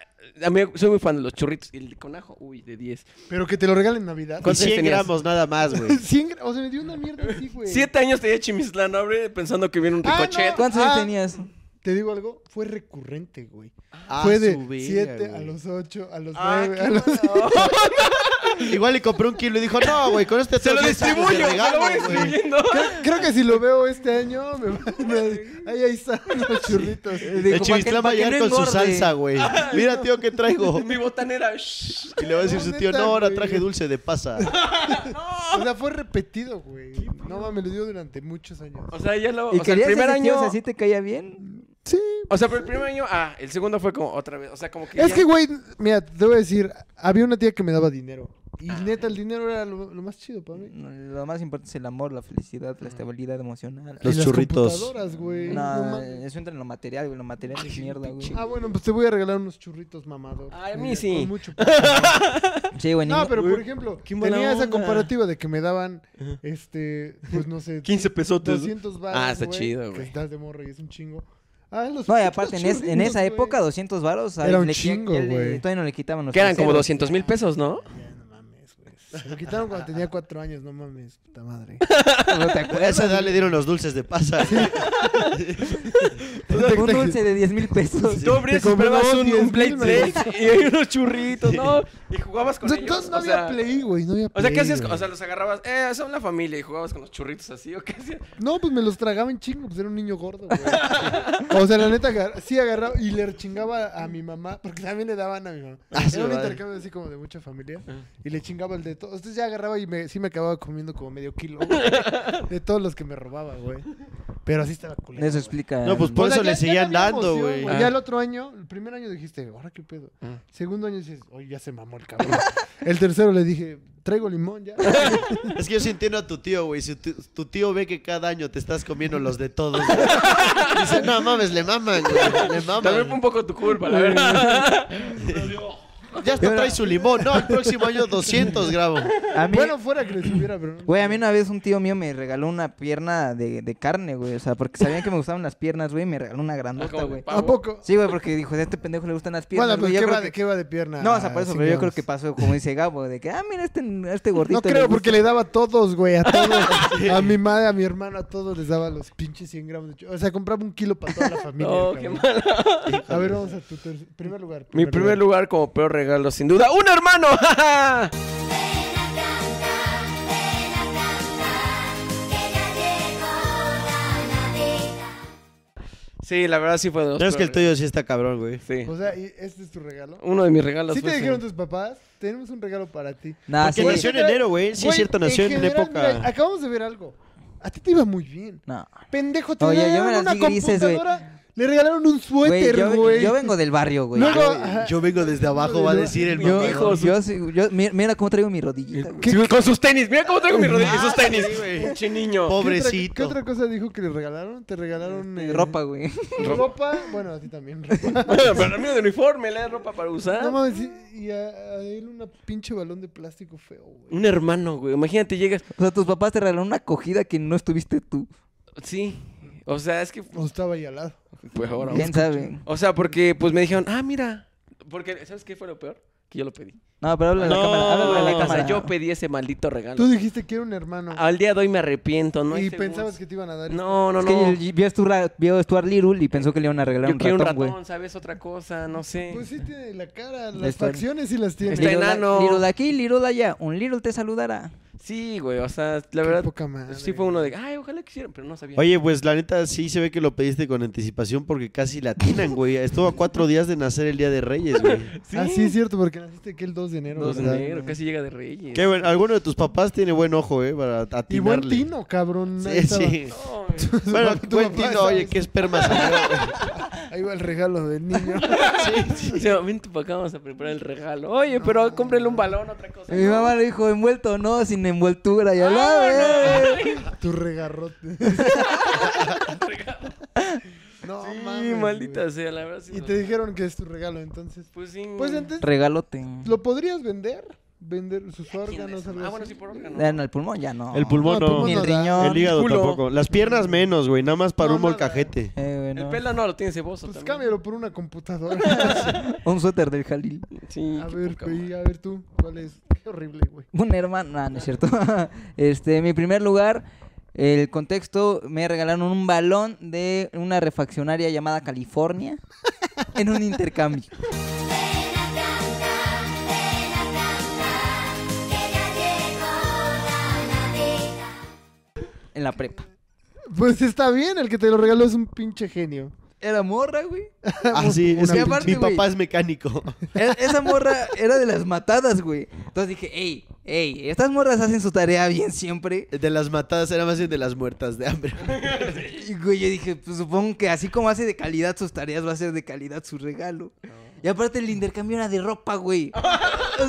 S1: a mí soy muy fan de los churritos. Y el con ajo, uy, de 10.
S2: Pero que te lo regalen en Navidad. *laughs*
S4: Con
S1: ¿Cuántos
S4: 100
S1: tenías?
S4: gramos nada más, güey.
S2: 100 gra- O sea, me dio una mierda así, güey.
S1: Siete años tenía Chimislán, abre, pensando que viene un
S2: Ah, no.
S1: ricochet.
S3: ¿Cuántos años
S2: Ah.
S3: tenías?
S2: Te digo algo, fue recurrente, güey.
S4: Ah,
S2: fue de
S4: su verga,
S2: 7 a
S4: güey.
S2: los 8, a los
S1: Ah,
S2: 9,
S1: qué
S2: a los...
S4: Igual le compré un kilo y dijo, no, güey, con este
S1: Se lo
S4: tengo que hacer de
S1: distribuyo, se lo
S4: regalo,
S1: voy
S4: güey".
S1: distribuyendo.
S2: Creo, creo que si lo veo este año,
S1: *laughs*
S2: me van a- Ahí, ahí están los churritos.
S3: eh,
S4: El Chivistlán va a
S3: para que
S4: llegar
S3: no
S4: con su
S3: engorde.
S4: salsa, güey. Mira, tío, ¿qué traigo?
S1: Mi botanera. shh.
S4: Y le va a decir su tío,
S2: Neta,
S4: no, ahora
S2: güey.
S4: traje dulce de pasa.
S2: O sea, fue repetido, güey. No mames, lo dio durante muchos años.
S1: O sea, ya lo.
S3: ¿Y
S1: o sea, el
S3: querías
S1: primer
S3: ese tío?
S1: año.
S3: O sea, ¿sí te caía bien?
S2: Sí.
S1: O sea, pero el primer año. Ah, el segundo fue como otra vez. O sea, como que.
S2: Es
S1: ya-
S2: que, güey, mira, te voy a decir, había una tía que me daba dinero. Y
S1: Ah.
S2: neta, el dinero era lo, lo más chido para mí.
S3: Lo más importante es el amor, la felicidad, la estabilidad emocional.
S4: Los
S2: Y las
S4: churritos.
S2: computadoras, güey. No
S3: No,
S2: mames.
S3: eso entra en lo material, güey. Lo material es mierda, güey.
S2: Ah, bueno, pues te voy a regalar unos churritos mamador.
S1: Ay, Ah, a mí
S2: Mira,
S1: sí. *laughs*
S2: con mucho pesar.
S3: Sí, güey.
S2: no,
S3: ningún-
S2: pero por ejemplo,
S1: qué buena
S2: tenía esa
S1: onda.
S2: comparativa de que me daban, este, pues
S1: *laughs*
S2: no sé,
S1: 15 pesotes.
S2: 200 baros.
S1: Ah, está chido, güey.
S2: Estás de morro y es un chingo. Ah, los
S3: No,
S2: putos
S3: y aparte, en, es- en
S2: churritos,
S3: esa
S2: güey.
S3: época, 200 varos. a
S2: Era
S3: él
S2: un
S3: le-
S2: chingo,
S3: él le-
S2: güey.
S3: Todavía no le quitaban los
S1: Que eran como
S3: terceros.
S1: 200 mil pesos, ¿no?
S2: Ya, no mames, güey. Se lo quitaron cuando tenía cuatro años, no mames, puta
S1: *laughs*
S2: madre.
S3: ¿No te
S4: A esa
S3: acuerdas?
S4: edad le dieron los dulces de pasa.
S3: Un dulce de 10 mil pesos.
S1: Tú abrías
S2: Te
S1: y comprabas
S2: comprabas
S1: un, un
S2: 10,000
S1: Blade
S2: meses. *laughs*
S1: Blade y hay unos churritos, ¿no? Y jugabas con ellos.
S2: Entonces no
S1: o
S2: había
S1: sea,
S2: play, güey, no había
S1: O sea,
S2: Play,
S1: ¿qué hacías?
S2: güey.
S1: O sea, los agarrabas, eh, son la familia y jugabas con los churritos así, ¿o qué hacías?
S2: No, pues me los tragaba en chingo, pues era un niño gordo, güey. O sea, la neta, agar- sí agarraba y le chingaba a mi mamá, porque también le daban a mi mamá.
S4: Ah, sí,
S2: Era un
S4: ¿verdad? Ah.
S2: intercambio así como de mucha familia. Y le chingaba el de todo. Entonces ya agarraba y me, sí me acababa comiendo como medio kilo güey, de todos los que me robaba, güey. Pero así estaba culero.
S3: Eso
S2: güey.
S3: explica.
S4: No, pues
S2: O
S3: el-
S4: por
S2: sea,
S4: eso
S2: ya-
S4: le
S2: ya no
S4: seguían
S2: había
S4: dando,
S2: emoción,
S4: güey.
S1: Ah.
S2: Ya el otro año, el primer año dijiste, ahora qué pedo.
S1: Ah.
S2: Segundo año dices, oye, ya se mamó el cabrón. el tercero le dije, traigo limón ya.
S4: *laughs* Es que yo sí entiendo a tu tío, güey. Si tu, tu tío ve que cada año te estás comiendo los de todos, güey, dice, no mames, le maman, güey. Le
S1: También fue un
S4: maman.
S1: poco tu culpa, la
S2: *laughs*
S1: verdad.
S4: Ya hasta trae su limón. No, el próximo año 200 grabo.
S3: *laughs* a mí-
S2: bueno, fuera que le subiera, pero... no.
S3: Güey, a mí una vez un tío mío me regaló una pierna de, de carne, güey. O sea, porque sabían que me gustaban las piernas, güey. y Me regaló una grandota,
S1: como de
S3: güey.
S1: pavo.
S2: ¿A poco?
S3: Sí, güey, porque dijo, a este pendejo le gustan las piernas.
S2: Bueno,
S3: güey,
S2: pues
S3: yo
S2: ¿qué
S3: creo
S2: va,
S3: que-
S2: de, ah, ¿qué va de pierna?
S3: No, o sea, por eso,
S2: sin
S3: pero yo creo
S2: gramos?
S3: que pasó como dice Gabo, de que, ah, mira, este, este gordito.
S2: No
S3: le
S2: creo,
S3: gusta".
S2: porque le daba a todos, güey, a todos.
S3: *laughs*
S2: A mi madre, a mi hermano, a todos les daba los pinches 100 gramos. de cho- O sea, compraba un kilo para
S3: *laughs*
S2: toda
S1: *laughs*
S2: la familia.
S1: No, Oh, qué
S2: cabrón.
S1: mal.
S2: a ver, vamos a tu ter- primer lugar.
S1: Mi primer lugar como peor regalo, sin duda. ¡Un hermano! *laughs* ¡Ja, ja! sí, la verdad sí fue de los
S4: Es que el
S1: peores.
S4: tuyo sí está cabrón, güey.
S1: Sí.
S2: O sea, ¿y ¿este es tu regalo?
S1: Uno de mis regalos.
S2: ¿Sí te
S1: fue ese.
S2: dijeron tus papás? Tenemos un regalo para ti.
S3: Nah,
S4: Porque
S3: sí.
S4: nació en enero, güey. Sí, es
S2: Güey,
S4: cierto, nació en
S2: general,
S4: época.
S2: mira, acabamos de ver algo. A ti te iba muy bien.
S3: No.
S2: Pendejo, te
S3: Oye, yo me
S2: regalaron
S3: las
S2: una
S3: vi grises, güey.
S2: computadora. Le regalaron un
S3: Güey,
S2: suéter,
S3: yo,
S2: güey.
S3: yo vengo del barrio, güey.
S2: Luego-
S3: Yo-
S2: Ajá.
S4: Yo vengo desde abajo, va a decir el
S3: Yo,
S4: mamador.
S3: yo soy- yo- mira, mira cómo traigo mi rodillita, güey.
S1: Sí, güey, con sus tenis. Mira cómo
S2: *laughs*
S1: traigo mis rodillas y sus
S4: sí,
S1: tenis.
S4: güey.
S1: Pinche niño.
S2: ¿Qué otra-
S4: Pobrecito.
S2: ¿Qué otra cosa dijo que le regalaron? Te regalaron...
S1: Este,
S2: eh,
S3: Ropa, güey. *laughs*
S2: Ropa, bueno, a ti
S1: *laughs*
S2: también ropa.
S1: Pero el mío de uniforme, le da ropa para usar.
S2: No mames, y- y a, a él una pinche balón de plástico feo, güey.
S1: un hermano, güey. Imagínate, llegas.
S3: O sea, tus papás te regalaron una acogida que no estuviste tú.
S1: Sí. O sea, es que.
S2: O estaba ahí al lado.
S1: Pues ahora.
S3: ¿Quién sabe?
S1: O sea, porque pues me dijeron, ah, mira. Porque, ¿sabes qué fue lo peor? Que yo lo pedí.
S3: No, pero habla de la
S4: No,
S3: cámara. Habla de
S1: Háblale
S3: la
S1: a la cámara,
S3: cámara.
S1: Yo pedí ese maldito regalo.
S2: Tú dijiste que era un hermano.
S1: Al día de hoy me arrepiento, Ah, ¿no? hay
S2: y
S1: segundos.
S2: pensabas que te iban a dar.
S1: No, no,
S3: Es
S1: no.
S3: que él vio a Stuart, vio a Stuart Little y pensó que le iban a regalar
S1: Yo
S3: un
S1: quiero un
S3: ratón, güey.
S1: ratón, ¿sabes? Otra cosa, no sé.
S2: Pues sí tiene la cara, las
S3: Está-
S2: facciones sí las tiene.
S1: eh. Está
S3: Little de-
S1: enano.
S3: Little de aquí, Little de allá. Un Little te saludará.
S1: Sí, güey, o sea, la
S2: Qué
S1: verdad.
S2: poca madre.
S1: Sí fue uno de, ay, ojalá quisieran, pero no sabía.
S4: Oye, pues la neta sí se ve que lo pediste con anticipación porque casi la atinan, güey. Estuvo a cuatro días de nacer el Día de Reyes, güey.
S1: sí,
S2: Ah, sí, es cierto, porque naciste que el 2 de enero.
S1: 2 de
S2: ¿verdad?
S1: enero, casi llega de Reyes.
S4: Qué bueno. Alguno de tus papás tiene buen ojo, eh, para atinarle.
S2: Y buen tino, cabrón. Ahí
S4: Sí,
S2: estaba.
S4: sí.
S1: No, güey.
S4: *laughs* Bueno,
S2: Tu
S4: buen
S2: papá
S4: tino, oye,
S2: estaba-
S4: qué esperma salió, güey.
S2: Ahí va el regalo del niño.
S1: *laughs* O sea, ven tú para acá, vamos a preparar el regalo. Oye, pero cómprele un balón, otra cosa.
S3: Mi
S1: ¿no?
S3: mamá le dijo, envuelto o no, sin envoltura. Y hablaba,
S1: Ah,
S3: güey.
S1: no. *laughs*
S2: tu regarrote. no,
S1: Sí,
S2: mames,
S1: maldita
S2: güey.
S1: sea, la verdad. Sí,
S2: Y
S1: no.
S2: te dijeron que es tu regalo, entonces.
S1: Pues sí.
S2: Pues entonces,
S3: Regalote.
S2: ¿lo podrías vender? Vender sus órganos. algo
S1: Ah, bueno,
S2: así?
S1: sí, por órgano.
S3: En el pulmón ya no.
S4: El pulmón
S2: No,
S4: no.
S2: pulmón
S3: Ni el
S2: no da.
S3: riñón.
S4: El hígado
S1: Culo.
S4: tampoco. Las piernas menos, güey. Nada más para
S2: No,
S4: un
S2: nada.
S4: molcajete.
S3: Eh, güey,
S1: El
S3: no.
S1: pela no lo tiene ceboso.
S2: Pues
S1: también.
S2: cámbialo por
S1: *laughs*
S2: una computadora.
S3: Un suéter del Jalil.
S1: Sí,
S2: a
S1: qué
S2: ver,
S1: poca
S2: Pei,
S1: madre.
S2: a ver tú, ¿cuál es? Qué horrible, güey.
S3: Un hermano. Ah, No, no es cierto. *laughs* este, mi primer lugar, el contexto, me regalaron un balón de una refaccionaria llamada California en un intercambio. En la prepa.
S2: Pues está bien, el que te lo regaló es un pinche genio.
S3: Era morra, güey.
S4: Ah, sí. Es
S3: Una
S4: que
S3: aparte,
S4: mi
S3: güey.
S4: papá es mecánico.
S3: E- Esa morra era de las matadas, güey. Entonces dije, ey, ey, estas morras hacen su tarea bien siempre.
S4: De las matadas era más bien de las muertas de hambre. *laughs*
S3: Y güey, yo dije, pues supongo que así como hace de calidad sus tareas, va a ser de calidad su regalo. Y aparte el intercambio era de ropa, güey. O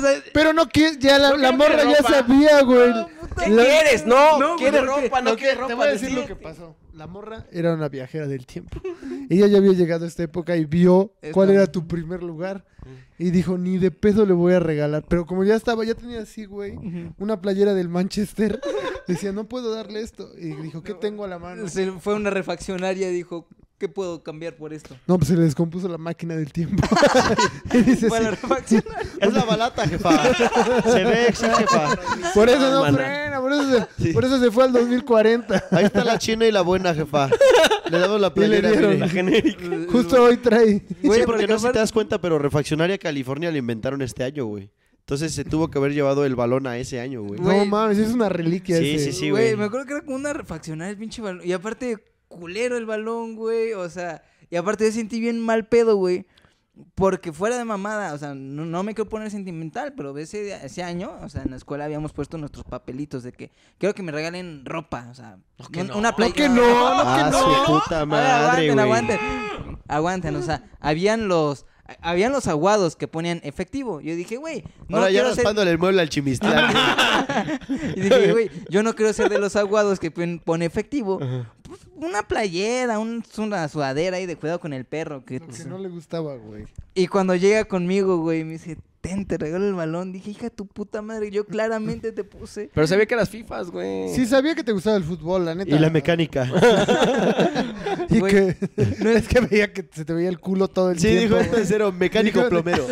S2: *laughs*
S3: sea,
S2: Pero no que ya la,
S1: No
S2: la
S1: quiero
S2: morra
S1: mi
S2: ya
S1: ropa.
S2: sabía, güey.
S3: puta
S1: ¿Qué
S3: La-
S1: quieres? No,
S3: No,
S1: quiere
S3: porque-
S1: ropa, no
S2: Lo que-
S1: quiere ropa.
S2: te voy a decir lo que
S1: decídete.
S2: pasó. La morra era una viajera del tiempo. Ella ya había llegado a esta época y vio
S3: Esta-
S2: cuál era tu primer lugar. Y dijo, ni de peso le voy a regalar. Pero como ya estaba, ya tenía así, güey, una playera del Manchester. *laughs* Decía, no puedo darle esto. Y dijo, ¿qué tengo a la mano?
S3: se fue a una refaccionaria y dijo, ¿qué puedo cambiar por esto?
S2: No, pues se le descompuso la máquina del tiempo. *laughs* Y dice,
S3: Fue a la *laughs*
S2: sí,
S3: refaccionaria.
S4: Es la balata, jefa. Se ve, ex, jefa.
S2: por eso no
S1: Mana.
S2: frena, por eso, se, por eso se fue al
S4: *laughs*
S2: 2040.
S4: Ahí está la china y la buena, jefa. Le damos la
S2: Y le
S4: playera.
S2: dieron.
S4: mire.
S1: La genérica.
S2: Justo hoy trae.
S4: Güey,
S3: Güey,
S4: porque no sé si te
S3: aparte-
S4: das cuenta, pero Refaccionaria California la inventaron este año, güey. Entonces se tuvo que haber llevado el balón a ese año, güey.
S3: Güey.
S2: No mames, es una reliquia
S4: Sí,
S2: ese.
S4: sí, sí,
S3: güey.
S4: güey.
S3: Me acuerdo que era como una refaccionaria el pinche balón. Y aparte, culero el balón, güey. O sea, y aparte yo sentí bien mal pedo, güey. Porque fuera de mamada, o sea, no, no me quiero poner sentimental, pero ese, ese año, o sea, en la escuela habíamos puesto nuestros papelitos de que quiero que me regalen ropa, o sea, un- una playa.
S2: que
S3: *laughs*
S2: no, no
S4: Ah, su puta madre,
S3: aguanten,
S4: güey.
S3: aguanten. Aguanten, o sea, habían los habían los aguados que ponían efectivo. Yo dije, güey, no
S4: Ahora ya
S3: quiero ser-
S4: raspándole el mueble al chimistán.
S3: *laughs* y dije, güey, yo no quiero ser de los aguados que pon- pone efectivo. Pues, una playera, un- una sudadera ahí de cuidado con el perro. Que...
S2: Lo que no le gustaba, güey.
S3: Y cuando llega conmigo, güey, me dice, ten, te regalo el balón. Dije, hija, de tu puta madre, yo claramente te puse.
S1: Pero sabía que eras fifas, güey.
S2: Sí, sabía que te gustaba el fútbol, la neta.
S4: y la *laughs* mecánica.
S2: *laughs* Y
S3: Güey,
S2: que. No es que veía que se te veía el culo todo el
S4: Sí,
S2: tiempo.
S4: dijo esto
S2: güey.
S4: es cero, mecánico
S2: Dijo-
S4: plomero.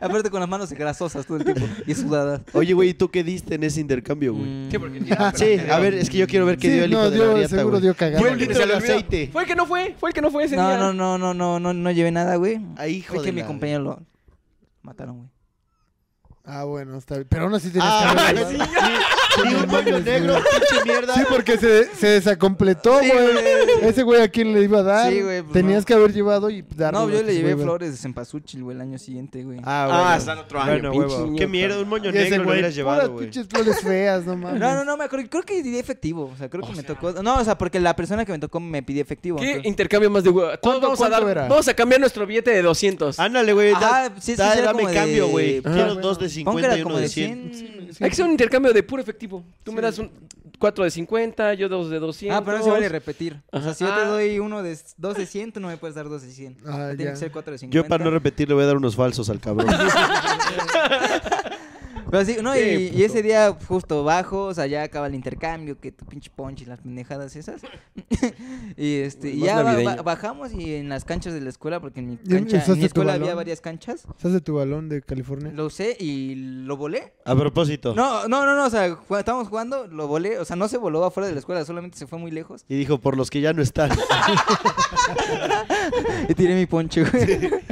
S3: Aparte con las manos grasosas todo el tiempo y sudadas.
S4: Oye, güey, ¿y tú qué diste en ese intercambio, güey?
S3: Mm,
S1: Sí, *laughs* porque tira, pero-
S4: Sí, a ver, es que yo quiero ver qué
S2: Sí,
S4: dio el hijo
S2: no,
S4: de la
S2: dio-
S4: Ariata,
S2: seguro
S4: güey.
S2: dio cagada.
S4: Fue el
S1: porque
S4: litro
S1: se
S4: del
S1: le olvidó.
S4: aceite.
S1: Fue el que no fue, fue el que no fue ese
S3: No,
S1: día.
S3: no, no, no, no, no, no llevé nada, güey.
S4: Ah, hijo
S3: Fue que
S4: de
S3: mi
S4: la-
S3: compañero lo mataron, güey.
S2: Ah, bueno, está bien. Pero aún así tenías que
S4: Ah,
S2: haberlo
S4: sí,
S2: dado.
S4: sí, ni un moño negro, pinche mierda.
S2: Sí, porque se, se desacompletó,
S3: Sí,
S2: güey.
S3: güey.
S2: Ese güey a quién le iba a dar.
S3: Sí, güey, pues,
S2: Tenías
S3: no.
S2: que haber llevado y darle.
S3: No,
S2: a
S3: yo
S2: tus
S3: le llevé
S2: güeyes.
S3: flores de cempasúchil, güey, el año siguiente, güey.
S4: Ah,
S1: Ah,
S4: bueno.
S1: está en otro año,
S4: Bueno,
S1: pinche
S4: huevo.
S1: idiota.
S4: Qué mierda, un moño
S2: Y ese
S4: negro lo
S2: güey,
S4: hubieras llevado,
S2: puras
S4: güey.
S2: pinches flores feas, no mames.
S3: No, no, no, me acuerdo. Creo que di efectivo. O sea, creo que
S2: Oh,
S3: me tocó. No, o sea, porque la persona que me tocó me pidió efectivo.
S1: ¿Qué
S3: entonces-
S1: intercambio más de hueva? Todos
S2: ¿Cuánto-
S1: vamos a
S2: cuánto
S1: dar.
S2: era?
S1: Vamos a cambiar nuestro billete de 200.
S4: Ándale, güey.
S3: Ajá,
S4: Da,
S3: sí, sí,
S4: da-
S3: era
S4: dame
S3: como de-
S4: cambio, güey.
S3: Ajá,
S4: Quiero
S2: bueno.
S4: dos de
S3: Pon que
S4: 50
S3: era
S4: y uno
S3: como
S4: de
S3: de
S4: 100.
S3: 100.
S1: Hay que hacer un intercambio de puro efectivo. Tú me das un 4 de 50, yo dos de 200.
S3: Ah, pero no se vale repetir. O sea,
S1: Ajá.
S3: si yo te
S1: Ah.
S3: doy uno de dos de 100, tú no me puedes dar dos de 100.
S2: Ah,
S3: Tiene
S2: ya.
S3: que ser cuatro de 50.
S4: Yo para no repetir le voy a dar unos falsos al cabrón.
S3: Pero sí, no, y,
S1: Sí,
S3: y
S1: puto.
S3: ese día justo bajo, o sea, ya acaba el intercambio, que tu pinche punch y las pendejadas esas. *laughs* y este, y
S1: Más
S3: ya ba- ba-
S1: navideño.
S3: bajamos y en las canchas de la escuela, porque en mi
S2: ¿Y
S3: cancha, en
S2: usaste
S3: mi
S2: tu
S3: escuela había
S2: balón?
S3: varias canchas,
S2: ¿Estás de tu balón de California?
S3: lo usé y lo volé.
S4: A propósito.
S3: No, no, no, no, o sea, ju- estábamos jugando, lo volé, o sea, no se voló afuera de la escuela, solamente se fue muy lejos.
S4: Y dijo, por los que ya no están.
S3: Y tiré mi ponche, *laughs* güey.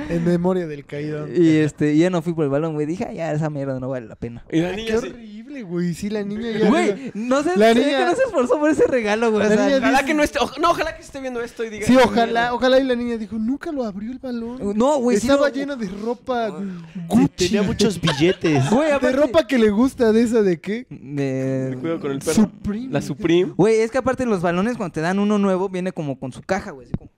S2: En memoria del caído.
S3: Y este, y ya no fui por el balón, güey. Dije, "Ah, ya, esa mierda no vale la pena.
S1: Y la
S2: Qué
S1: niña sí.
S2: horrible, güey. Sí, la niña ya.
S3: Güey, no sé,
S2: La
S3: se ve
S2: niña-
S3: que no se esforzó por ese regalo, güey. o
S2: La
S3: sea,
S2: niña
S1: Ojalá que no esté. o- No, ojalá que esté viendo esto y diga.
S2: Sí, ojalá, ojalá y la niña dijo, nunca lo abrió el balón.
S3: No, güey, sí
S2: Estaba
S3: lo- Ah,
S2: llena de ropa Gucci.
S4: Tenía muchos billetes.
S3: Güey,
S2: de
S3: aparte-
S2: ropa que le gusta, de esa de qué?
S3: De-
S1: Cuidado con el perro.
S2: Supreme.
S1: La Supreme.
S3: Güey, es que aparte los balones cuando te dan uno nuevo viene como con su caja, güey. así como-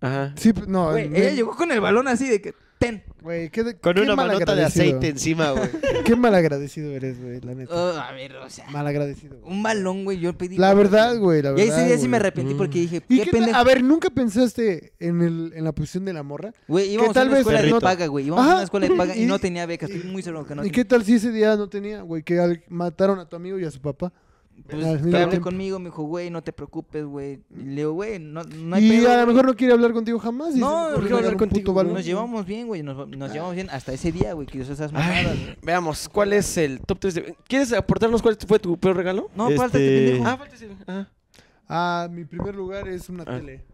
S1: Ajá.
S2: Sí, p- no.
S3: Güey,
S2: el-
S3: ella llegó con el balón así de que, ten.
S2: Güey, qué de-
S4: Con
S2: qué
S4: una manota de
S2: malagradecido.
S4: aceite encima, güey.
S2: Qué malagradecido eres, güey, la neta.
S3: Oh, a ver, o sea,
S2: malagradecido. güey.
S3: un balón, güey, yo pedí.
S2: La verdad, güey, la
S3: Y
S2: verdad.
S3: ahí sí, ya sí
S2: güey. Mm.
S3: me arrepentí porque dije,
S2: ¿Y
S3: qué
S2: qué tal- Ah,
S3: pendejo.
S2: A ver, ¿nunca pensaste en, el, en la posición de la morra?
S3: Güey, íbamos
S2: tal
S3: a una
S2: vez
S3: escuela
S4: perrito.
S3: de paga, güey. Íbamos a
S2: Ajá,
S3: una escuela de paga y,
S2: y-
S3: no tenía beca. Estoy muy seguro que
S2: ¿Y
S3: no tenía.
S2: qué tal si ese día no tenía, güey, que al- mataron a tu amigo y a su papá?
S3: Pues,
S2: Ah,
S3: hablé
S2: mira, tiempo.
S3: conmigo, me dijo, güey, no te preocupes, güey. Y Le digo, güey, no, no hay
S2: y
S3: pedo,
S2: a lo
S3: güey.
S2: mejor "Pues, no quiere hablar contigo jamás. Y se
S3: No,
S2: le ocurrió
S3: no quiero
S2: agarrar
S1: hablar
S2: un
S1: contigo,
S2: puto
S1: güey.
S2: balón.
S3: nos llevamos bien, güey. Nos, nos llevamos bien hasta ese día, güey, que hizo esas
S1: Ay,
S3: mamadas, güey.
S1: veamos, ¿cuál es el top 3 de. ¿Quieres aportarnos cuál fue tu peor regalo?
S3: No,
S4: Este-
S3: falta este pendejo.
S1: Ah, falta ese. Ah.
S2: Ah, mi primer lugar es una
S1: Ah.
S2: tele.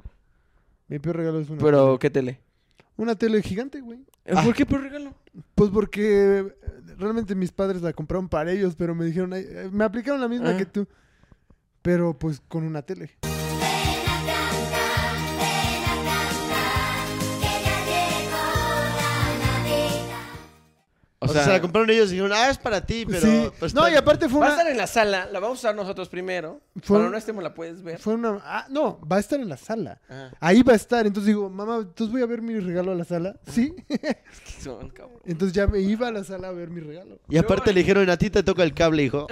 S2: Mi peor regalo es una
S1: Pero,
S2: tele.
S1: ¿qué tele? Ah.
S2: Una tele gigante, güey.
S1: ¿Por qué peor regalo?
S2: Pues porque eh, realmente mis padres la compraron para ellos, pero me dijeron, "Ay, eh, me aplicaron la misma
S1: Ah.
S2: que tú, pero pues con una tele.
S4: O sea, se la compraron ellos y dijeron, ah, es para ti, pero...
S2: sí.
S4: pues,
S2: no,
S4: está-
S2: y aparte fue
S1: Va a
S2: una...
S1: estar en la sala, la vamos a usar nosotros primero.
S2: Fue-
S1: Cuando no estemos la puedes ver.
S2: Fue una... Ah, no, va a estar en la sala.
S1: Ah,
S2: Ahí va a estar. Entonces digo, mamá, entonces voy a ver mi regalo a la sala. Sí. *laughs*
S1: qué son, cabrón.
S2: entonces ya me iba a la sala a ver mi regalo.
S4: Y aparte le dijeron, a ti te toca el cable, *laughs* hijo.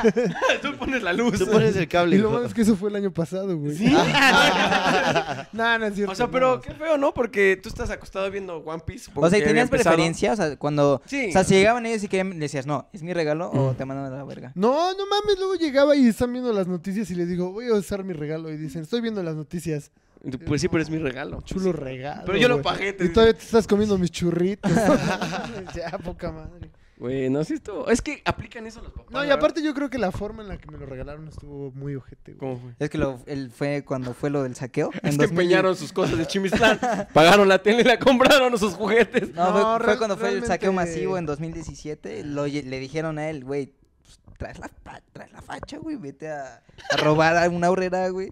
S1: *laughs* Tú pones la luz.
S4: Tú pones el cable,
S2: Y lo
S4: hijo.
S2: malo es que eso fue el año pasado, güey. *laughs* no, no es
S1: *laughs*
S2: cierto.
S1: O sea,
S2: no.
S1: pero qué feo, ¿no? Porque tú estás acostado viendo One Piece. supongo
S3: O sea, ¿y
S1: que
S3: tenías
S1: había empezado.
S3: preferencia? O sea, cuando...
S1: Sí.
S3: O sea, si llegaban ellos y querían, le decías, no, ¿es mi regalo o te mandan a la verga?
S2: No, no mames, luego llegaba y están viendo las noticias y les digo, voy a usar mi regalo. Y dicen, estoy viendo las noticias.
S1: Y tú, Pues sí, pero es mi regalo.
S2: Chulo regalo.
S1: Pero yo lo
S2: güey.
S1: pagué, te
S2: Y
S1: digo.
S2: todavía te estás comiendo
S1: *laughs*
S2: mis churritos. *laughs* ya, poca madre.
S1: Güey, no, sí estuvo. Es que aplican eso los papás.
S2: No, y
S1: ¿verdad?
S2: aparte yo creo que la forma en la que me lo regalaron estuvo muy ojete, güey.
S1: ¿Cómo fue?
S3: Es que lo, el, fue cuando fue lo del saqueo. en
S1: Es que
S3: 2000.
S1: empeñaron sus cosas de Chimistlán.
S2: *laughs*
S1: pagaron la tele y la compraron sus juguetes.
S3: No,
S2: No,
S3: fue, fue
S2: real-
S3: cuando fue el saqueo
S2: realmente-
S3: masivo en 2017. Lo, lle- le dijeron a él, güey, pues, traes, la, fa- traes la facha, güey, vete a, a robar a una horrera, güey.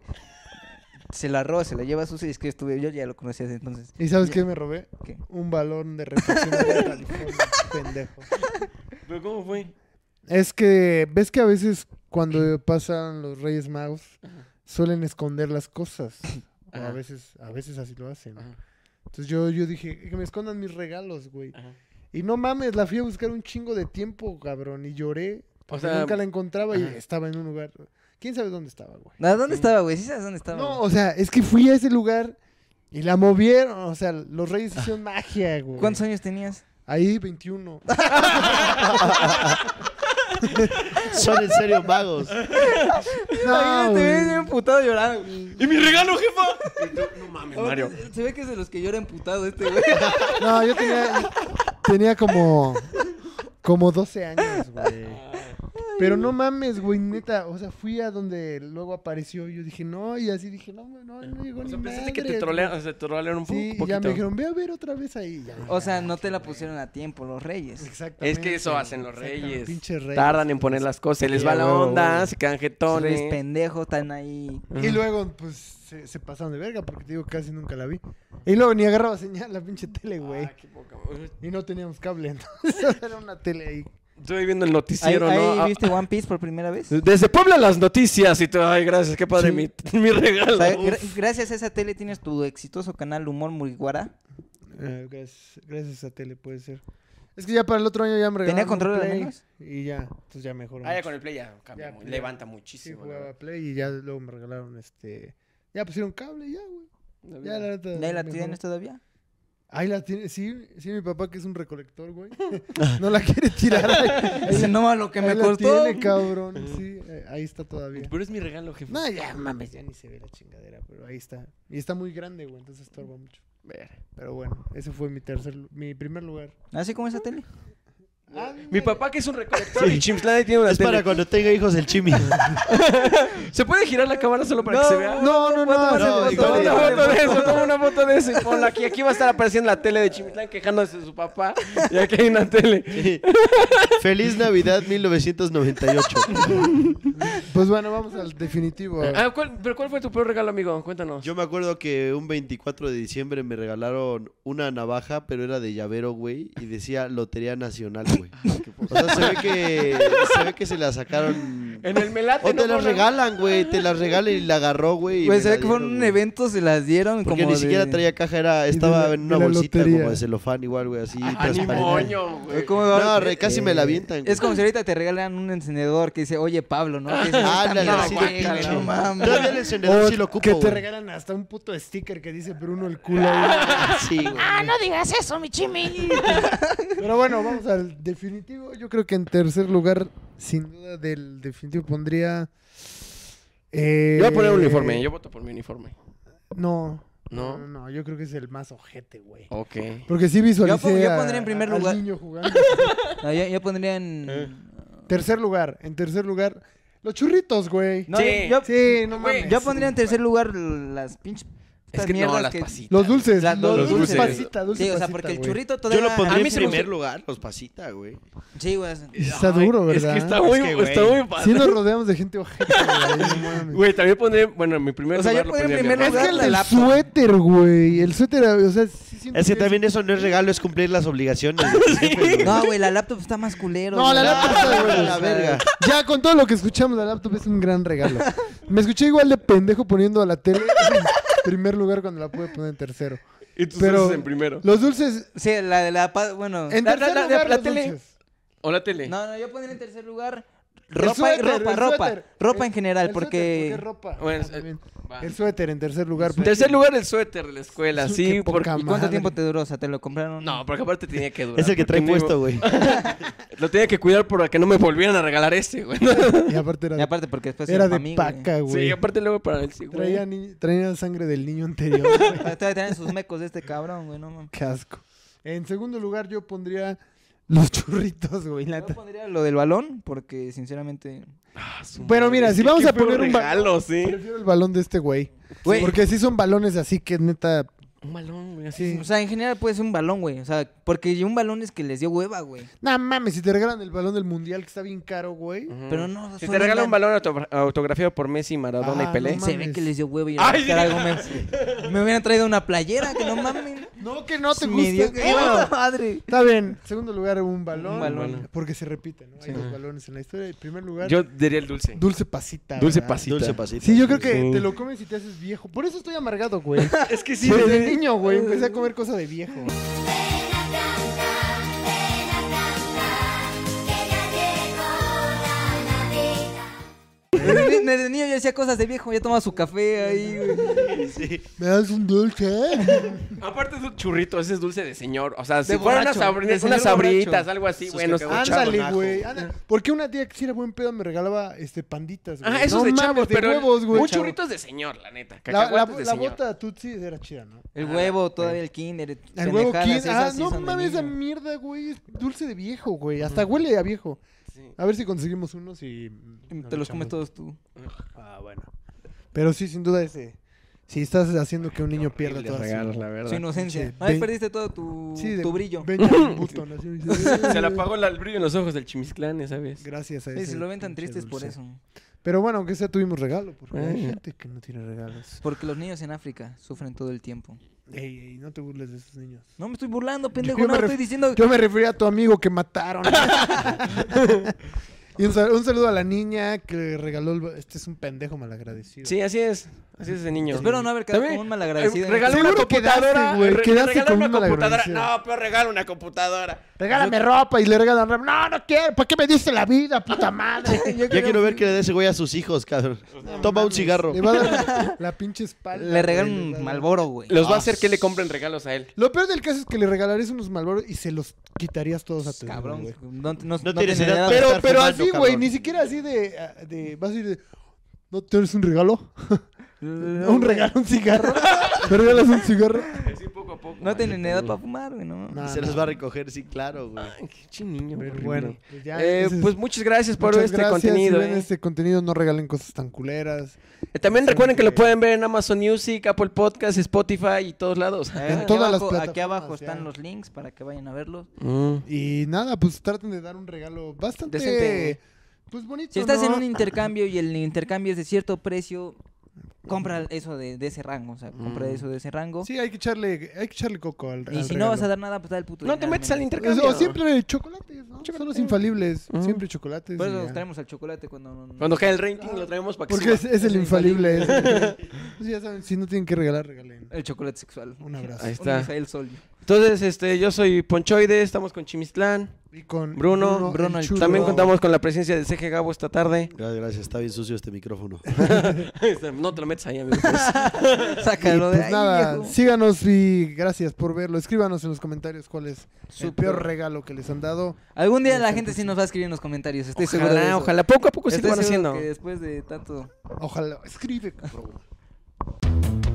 S3: se la roba, se la lleva sucia y es que estuve, yo ya lo conocía desde entonces.
S2: ¿Y sabes qué me robé?
S3: ¿Qué?
S2: Un balón de refacción de California,
S1: *laughs*
S2: pendejo.
S1: ¿Pero cómo fue?
S2: Es que, ¿ves que a veces cuando pasan los Reyes Magos suelen esconder las
S1: *clears throat*
S2: cosas? O a
S1: Ajá.
S2: veces, a veces así lo hacen.
S1: Ajá.
S2: Entonces yo, yo dije, que me escondan mis regalos, güey.
S1: Ajá.
S2: Y no mames, la fui a buscar un chingo de tiempo, cabrón, y lloré.
S1: O
S2: O
S1: sea,
S2: sea, nunca la encontraba y
S1: ajá.
S2: estaba en un lugar. ¿Quién sabe dónde estaba, güey?
S3: Ah, ¿Dónde estaba, güey? ¿Sí sabes dónde estaba?
S2: No,
S3: güey?
S2: o sea, es que fui a ese lugar y la movieron. O sea, los
S1: *laughs*
S2: reyes hicieron magia, güey.
S3: ¿Cuántos años tenías?
S2: Ahí,
S1: *laughs*
S2: 21.
S4: *laughs* Son en serio *laughs* magos.
S2: no,
S3: Imagínate,
S2: Ah, güey.
S3: ves emputado llorando. güey.
S1: ¿Y mi regalo, jefa? Y tú, no mames, Mario.
S3: Se ve que es de los que llora emputado este, güey.
S2: No, yo tenía, tenía como, como 12 años, güey. Pero no mames, güey, neta. O sea, fui a donde luego apareció. y Yo dije, no, y así dije, no, güey, no, no llegó
S1: O
S2: ni
S1: sea, pensaste que te
S2: madres,
S1: trolearon, o sea, te trolearon un po-
S2: Sí, y
S1: poquito.
S2: ya me dijeron, ve a ver otra vez ahí. ya.
S3: O sea, no te la pusieron a tiempo los reyes.
S2: Exactamente.
S1: Es que eso hacen los
S2: Exactamente,
S1: reyes.
S2: pinches reyes.
S1: Tardan en poner las cosas, se les
S2: Sí,
S1: va
S2: a
S1: la
S2: huevo,
S1: onda,
S2: güey.
S1: se quedan
S3: Los reyes
S1: jetones.
S3: pendejos están ahí.
S2: Y luego, pues, se, se pasaron de verga porque te digo, casi nunca la vi. Y luego ni agarraba señal la pinche tele, güey.
S1: Ah, qué poca madre.
S2: Y no teníamos cable, *laughs* entonces era una tele ahí.
S1: Estuve viendo el
S3: ¿Ahí,
S1: noticiero,
S3: ahí
S1: ¿no? Ah,
S3: viste One Piece por primera vez?
S1: Desde Puebla las noticias y tú, ay, gracias, qué padre
S3: Sí.
S1: mi, *laughs* mi regalo.
S4: *laughs*
S3: O sea, gra-
S1: Uf.
S3: gracias a esa tele tienes tu exitoso canal Humor Muriguara.
S2: Eh, gracias, gracias a tele, puede ser. Es que ya para el otro año ya me regalaron
S3: ¿Tenía
S2: un
S3: control al
S2: Play
S3: menos?
S2: Y ya, entonces ya mejoró
S1: Ah, ya
S2: mucho.
S1: con el play ya cambia,
S2: Ya,
S1: mu-
S2: ya.
S1: levanta
S2: Sí,
S1: muchísimo. la
S2: jugaba Play y ya luego me regalaron este... Ya pusieron cable y ya, güey.
S1: verdad.
S2: Ya, la neta,
S3: ¿Y ahí la este
S2: mejoró.
S3: tienes todavía?
S2: Ahí la tiene, sí, sí, mi papá que es un recolector,
S3: *laughs*
S2: güey. no la quiere tirar. Ahí- ahí
S3: Dice,
S2: la-
S3: *laughs* no, lo que me
S2: ahí la
S3: costó.
S2: tiene, cabrón. Sí, eh, ahí está todavía.
S1: Pero es mi regalo, jefe.
S2: No, ya mames, ya ni se ve la chingadera, pero ahí está. Y está muy grande, güey, entonces estorba mucho.
S1: Ver.
S2: Pero bueno, ese fue mi tercer, lu- mi primer lugar.
S3: Así ¿Ah, como esa tele.
S1: Mi papá que es un recolector y Chimslade tiene una
S4: Es para
S1: tele.
S4: cuando tenga hijos el *laughs* chimi.
S1: ¿Se puede girar la cámara solo para que se ah, vea?
S2: Oh, No, no, no,
S4: no,
S2: no,
S4: y
S1: Toma una
S4: Igual de-
S1: foto de eso, toma una foto de eso y ponla aquí. Aquí va a estar apareciendo la tele de Chimitlán quejándose de su papá. Y aquí hay una tele.
S4: Feliz Navidad 1998.
S2: Pues bueno, vamos al definitivo.
S1: Ah, ¿cuál- ¿Pero cuál fue tu peor regalo, amigo? Cuéntanos.
S4: Yo me acuerdo que un 24 de diciembre me regalaron una navaja, pero era de llavero, güey, y decía Lotería Nacional, *laughs* güey. O sea, se ve que se, ve que se la *laughs* sacaron.
S1: En el melate.
S4: O
S1: ¿no?
S4: te las
S1: Una-
S4: regalan, güey, te las regalan y la agarró, Este güey. y
S3: Pues
S4: me
S3: se
S4: la
S3: ve que fue
S4: dieron,
S3: un
S4: güey.
S3: evento, se las dieron
S4: Porque
S3: como
S4: ni
S3: de-
S4: siquiera traía caja, era,
S2: de
S4: estaba
S2: la-
S4: en una
S2: de la
S4: bolsita
S2: lotería.
S4: como de celofán, igual, güey, así.
S1: Ah, ni
S4: transparente.
S1: moño, güey.
S3: ¿Cómo va?
S4: No, re- casi me la avientan.
S3: Es como si ahorita te regalan un encendedor que dice, oye Pablo, ¿no? Que dices, "Esta
S4: Ah, ándale,
S3: mierda,
S4: así de
S3: güey,
S4: pinche.
S3: no mames.
S4: Todavía el encendedor
S2: O
S4: sí lo ocupo,
S2: que te
S4: güey.
S2: regalan hasta un puto sticker que dice Bruno el culo. güey.
S1: *laughs*
S4: Sí, güey.
S6: Ah, no digas eso, mi Chimi.
S2: Pero bueno, vamos al definitivo. Yo creo que en tercer lugar, sin duda del definitivo pondría... eh,
S1: Yo voy a poner un uniforme. Yo voto por mi uniforme.
S2: No.
S1: ¿No? Oh.
S2: No, no, no, yo creo que es el más ojete, güey.
S1: Ok.
S2: Porque sí visualicé
S3: Yo pon- yo
S2: a-
S3: pondría en primer
S2: a- al
S3: lugar.
S2: niño jugando.
S3: No, yo, yo pondría en...
S4: Eh.
S2: tercer lugar, en tercer lugar, los churritos, güey.
S3: No,
S1: Sí.
S3: yo, yo-
S2: sí, no
S1: Güey,
S2: mames.
S3: yo pondría en tercer lugar las pinches...
S1: Es
S3: estas
S1: que no,
S3: mierdas
S1: las
S3: que-
S1: pasitas.
S2: Los dulces,
S3: Las-
S2: los,
S1: los
S2: dulces.
S1: dulces.
S2: Pasita, dulce
S3: Sí, o sea,
S2: pasita,
S3: porque el
S2: güey.
S3: churrito
S4: Yo
S3: todavía...
S4: lo pondría
S3: a
S4: en
S3: mí se me
S4: primer
S3: gusta-
S4: lugar, los pasita, güey.
S3: Sí, güey. es-
S2: Está
S1: Ay,
S2: duro, ¿verdad?
S1: Es que está muy,
S4: Es que, güey.
S1: está muy padre.
S2: Sí nos rodeamos de gente ojete,
S3: *laughs*
S2: güey. no mames.
S1: Güey, también pondré. Bueno, en mi primer
S3: O sea, yo
S1: lugar lo
S3: pondría en
S1: pondría
S3: primer
S1: mi
S2: Es
S1: hermano.
S3: lugar
S2: que el
S3: la
S2: del
S3: laptop.
S2: suéter, güey. El suéter, o sea, sí siento
S4: Es que
S2: que-
S4: también eso no es regalo, es cumplir las obligaciones. *laughs*
S3: No, güey, la laptop está más culero.
S2: No,
S3: güey.
S2: la laptop está de
S4: La verga.
S2: Ya con todo lo que escuchamos, la laptop es un gran regalo. Me escuché igual de pendejo poniendo a la tele en primer lugar cuando la pude poner en tercero.
S1: Y tú
S2: Pero-
S1: estás en primero.
S2: Los dulces.
S3: Sí, la de la... pa- Bueno...
S2: En
S3: la-
S2: tercer
S3: la- la-
S2: lugar,
S3: la
S2: los
S3: tele.
S2: dulces.
S1: O la tele.
S3: No, no, yo pondría en tercer lugar ropa,
S2: suéter,
S3: ropa,
S2: el
S3: ropa,
S2: suéter.
S3: ropa
S2: El-
S3: en general,
S2: el
S3: porque...
S2: suéter, ropa?
S1: Bueno,
S2: Ah,
S1: es- eh,
S2: también.
S1: va.
S2: el suéter en tercer lugar.
S1: En tercer lugar, el suéter de la escuela.
S2: Su-
S1: Sí,
S2: qué poca
S1: porque.
S3: ¿Y cuánto
S2: Madre.
S3: tiempo te duró? O sea, te lo compraron.
S1: No, porque aparte tenía que durar.
S4: Es el que trae
S1: porque no iba-
S4: puesto, güey.
S1: Lo tenía que cuidar para que no me volvieran a regalar este, *laughs* güey.
S2: Y aparte era,
S3: Y aparte porque después
S2: era
S3: pa'
S2: de
S3: mí, güey.
S2: paca, güey.
S1: Sí, aparte luego para el sí, güey.
S2: traía, ni- traía sangre del niño anterior. güey.
S3: Todavía traen sus mecos de este cabrón, güey, no mames.
S2: Qué asco. En segundo lugar, yo pondría los churritos, güey. la
S3: Yo
S2: neta.
S3: pondría lo del balón, porque sinceramente...
S1: Ah, su
S2: Pero
S1: madre,
S2: mira,
S1: es
S2: si
S1: que
S2: vamos
S1: qué
S2: a
S1: feo
S2: poner un ba-
S1: regalo, sí.
S2: Prefiero el balón de este güey.
S3: Güey.
S2: Porque sí son balones así que neta.
S1: Un balón, güey, así.
S2: Sí.
S3: O sea, en general puede ser un balón, güey. O sea, porque un balón es que les dio hueva, güey.
S2: No mames, si te regalan el balón del mundial que está bien caro, güey.
S1: Ujú.
S3: Pero no,
S1: Si te
S3: solo
S1: regala
S3: la-
S1: un balón auto- autografiado por Messi, Maradona
S2: Ah,
S1: y Pelé.
S2: no
S3: Se ve
S2: mames.
S3: que les dio huevo y yo
S1: Ay,
S3: voy a buscar algo me, me hubieran traído una playera, que no mames.
S2: No, que no te
S3: Me
S2: gusta.
S3: dio-
S2: Eh, bueno,
S3: ¡Puta madre!
S2: Está bien. Segundo lugar, un balón.
S3: Un balón.
S2: Porque se repite, ¿no? Hay
S1: Sí.
S2: dos balones en la historia. En primer lugar,
S1: Yo diría el dulce.
S2: dulce pasita.
S1: Dulce
S2: ¿verdad?
S1: pasita.
S4: Dulce pasita.
S2: Sí, yo creo que
S1: Sí.
S2: te lo comes y te haces viejo. Por eso estoy amargado, güey.
S1: Es que sí.
S2: Desde niño, güey, empecé a comer cosa de viejo.
S3: Desde, desde niño yo hacía cosas de viejo, ya tomaba su café ahí, güey.
S2: ¿Me das un dulce?
S1: Aparte es un churrito, ese es dulce de señor. O sea, si
S3: De
S1: fueran unas,
S3: borracho,
S1: sabri-
S3: de
S1: unas
S3: señor
S1: sabritas,
S3: borracho.
S1: algo así,
S4: Sus
S1: bueno.
S4: que acaban
S2: Ándale,
S4: Chabonajo.
S2: güey. anda. ¿Por qué una tía que sí era buen pedo me regalaba este panditas, güey?
S1: Ah, esos
S2: No
S1: de
S2: mames,
S1: chavos, pero
S2: huevos, güey.
S1: un churrito es de señor, la neta.
S2: La, la,
S1: Cacahuates de
S2: la
S1: señor.
S2: bota Tutsi era chida, ¿no?
S3: El huevo, todavía el kinder,
S2: El huevo
S3: pendejadas,
S2: Kid.
S3: esas
S2: Ah,
S3: sí
S2: no
S3: son de
S2: mames, esa
S3: niño.
S2: mierda, güey. Es dulce de viejo, güey. Hasta huele a viejo.
S1: Sí.
S2: A ver si conseguimos unos y.
S3: Te los comes todos tú.
S2: Ah, bueno. Pero sí, sin duda ese. Si estás haciendo que un niño pierda todo
S1: la verdad.
S3: Su inocencia.
S2: Pinche
S3: No, ahí
S2: ven-
S3: perdiste todo tu,
S2: *laughs*
S3: tu brillo.
S1: *laughs* Se le apagó la- el brillo en los ojos del Chimisclán, ¿sabes?
S2: "Eh, Gracias a
S3: Sí,
S2: ese
S3: se lo ven tan
S2: pinche
S3: tristes por
S2: dulce.
S3: eso.
S2: Pero bueno, aunque sea tuvimos regalo, porque hay
S1: Eh.
S2: gente que no tiene regalos.
S3: Porque los niños en África sufren todo el tiempo.
S2: Ey, ey, no te burles de esos niños.
S3: No me estoy burlando, pendejo.
S2: me
S3: No,
S2: ref-
S3: estoy diciendo...
S2: Yo me refería a tu amigo que mataron. *laughs* y un, sal- un saludo a la niña que le regaló el... ba- Este es un pendejo malagradecido.
S1: Sí, así es. Así es ese niño.
S3: Espero no haber quedado
S1: También,
S3: como un malagradecido.
S1: eh,
S3: en
S1: Regaló
S3: este-
S1: una
S2: Seguro quedaste,
S1: computadora.
S2: güey,
S1: re-
S2: quedaste
S1: regaló
S2: con
S1: una
S2: un
S1: computadora.
S2: malagradecido.
S1: No, pero regala una computadora.
S2: Regálame ropa y le regalan... ropa. No, no quiero. ¿Para qué me diste la vida, puta madre?
S3: Yo
S4: Ya
S3: creo-
S4: quiero ver que le dé ese güey a sus hijos, cabrón. Toma un cigarro.
S2: Le va a dar la pinche espalda.
S3: Le regalan
S2: güey, le va a
S3: un
S2: dar-
S3: malboro, güey.
S2: Ah,
S1: Los va a hacer que le compren regalos a él.
S2: Lo peor del caso es que le regalarías unos malboros y se los quitarías todos a tu hijo,
S3: Cabrón,
S2: güey.
S3: no, no, no
S4: tienes
S3: tiene
S4: edad,
S3: nada de
S2: Pero,
S4: estar
S2: pero
S4: fumando,
S2: así, güey,
S4: cabrón.
S2: ni siquiera así de, ah, de- Vas a ir de. ¿No tienes un regalo? un regalo, un *laughs* cigarro. ¿Me regalas un cigarro?
S1: Así poco a poco.
S3: No tienen edad para fumar, güey, no.
S2: No,
S4: Se
S2: no.
S4: los va a recoger, sí, claro, güey.
S1: Ay, qué chin niño.
S2: Pero
S1: horrible.
S2: bueno, pues ya,
S1: Eh,
S2: ese es-
S1: pues muchas gracias por
S2: Muchas
S1: este
S2: gracias,
S1: contenido.
S2: Si ven
S1: eh.
S2: este contenido, no regalen cosas tan culeras.
S1: Eh, También recuerden que lo
S2: que-
S1: pueden ver en Amazon Music, Apple Podcast, Spotify y todos lados.
S3: A ver,
S2: En
S3: aquí
S2: todas las
S3: Eh, abajo- Aquí
S2: plataformas,
S3: abajo
S2: ya.
S3: están los links para que vayan a verlos.
S1: Mm.
S2: Y nada, pues traten de dar un regalo bastante.
S1: Decente.
S2: Pues bonito.
S3: Si estás en
S2: ¿no?
S3: un intercambio y el intercambio es de cierto precio, compra eso de, de ese rango, o sea, compra
S1: Mm.
S3: eso de ese rango.
S2: Sí, hay que echarle, hay que echarle coco al,
S3: y
S2: al
S3: si
S2: regalo.
S3: no vas a dar nada, pues da el puto
S1: No te
S3: dinero,
S1: metes al
S3: menos.
S1: intercambio.
S2: O siempre chocolates, ¿no? Son los infalibles.
S1: Ujú.
S2: Siempre chocolates.
S3: Por
S2: y
S3: eso
S2: ya.
S3: nos Pues traemos al chocolate cuando... no- no-
S1: Cuando cae el rating lo traemos para que
S2: Porque es,
S1: suba.
S2: es el
S3: Es el
S2: infalible. ese.
S1: *laughs*
S2: Pues ya saben, si no tienen que regalar, regalen.
S3: El chocolate sexual.
S2: Un abrazo.
S1: Ahí
S3: Un
S1: está.
S3: Misael Sol.
S1: Entonces, este, yo soy Ponchoide, estamos con Chimistlán.
S2: Y con
S1: Bruno,
S3: Bruno, el
S2: Chulo.
S1: También contamos con la presencia de CG Gabo esta tarde.
S4: Gracias, gracias. Está bien sucio este micrófono.
S1: *laughs* no te lo metas ahí, amigo. pues.
S3: *laughs* Sácalo de
S2: Pues
S3: ahí,
S2: nada,
S3: viejo.
S2: síganos y gracias por verlo. Escríbanos en los comentarios cuál es
S3: Su
S2: su peor regalo que les han dado.
S3: Algún día la gente sí nos va a escribir en los comentarios, estoy seguro de
S1: ojalá,
S3: eso.
S1: ojalá. Poco a poco sí
S3: Estoy
S1: lo van
S3: seguro
S1: haciendo.
S3: que después de tanto...
S2: Ojalá, escribe, cabrón.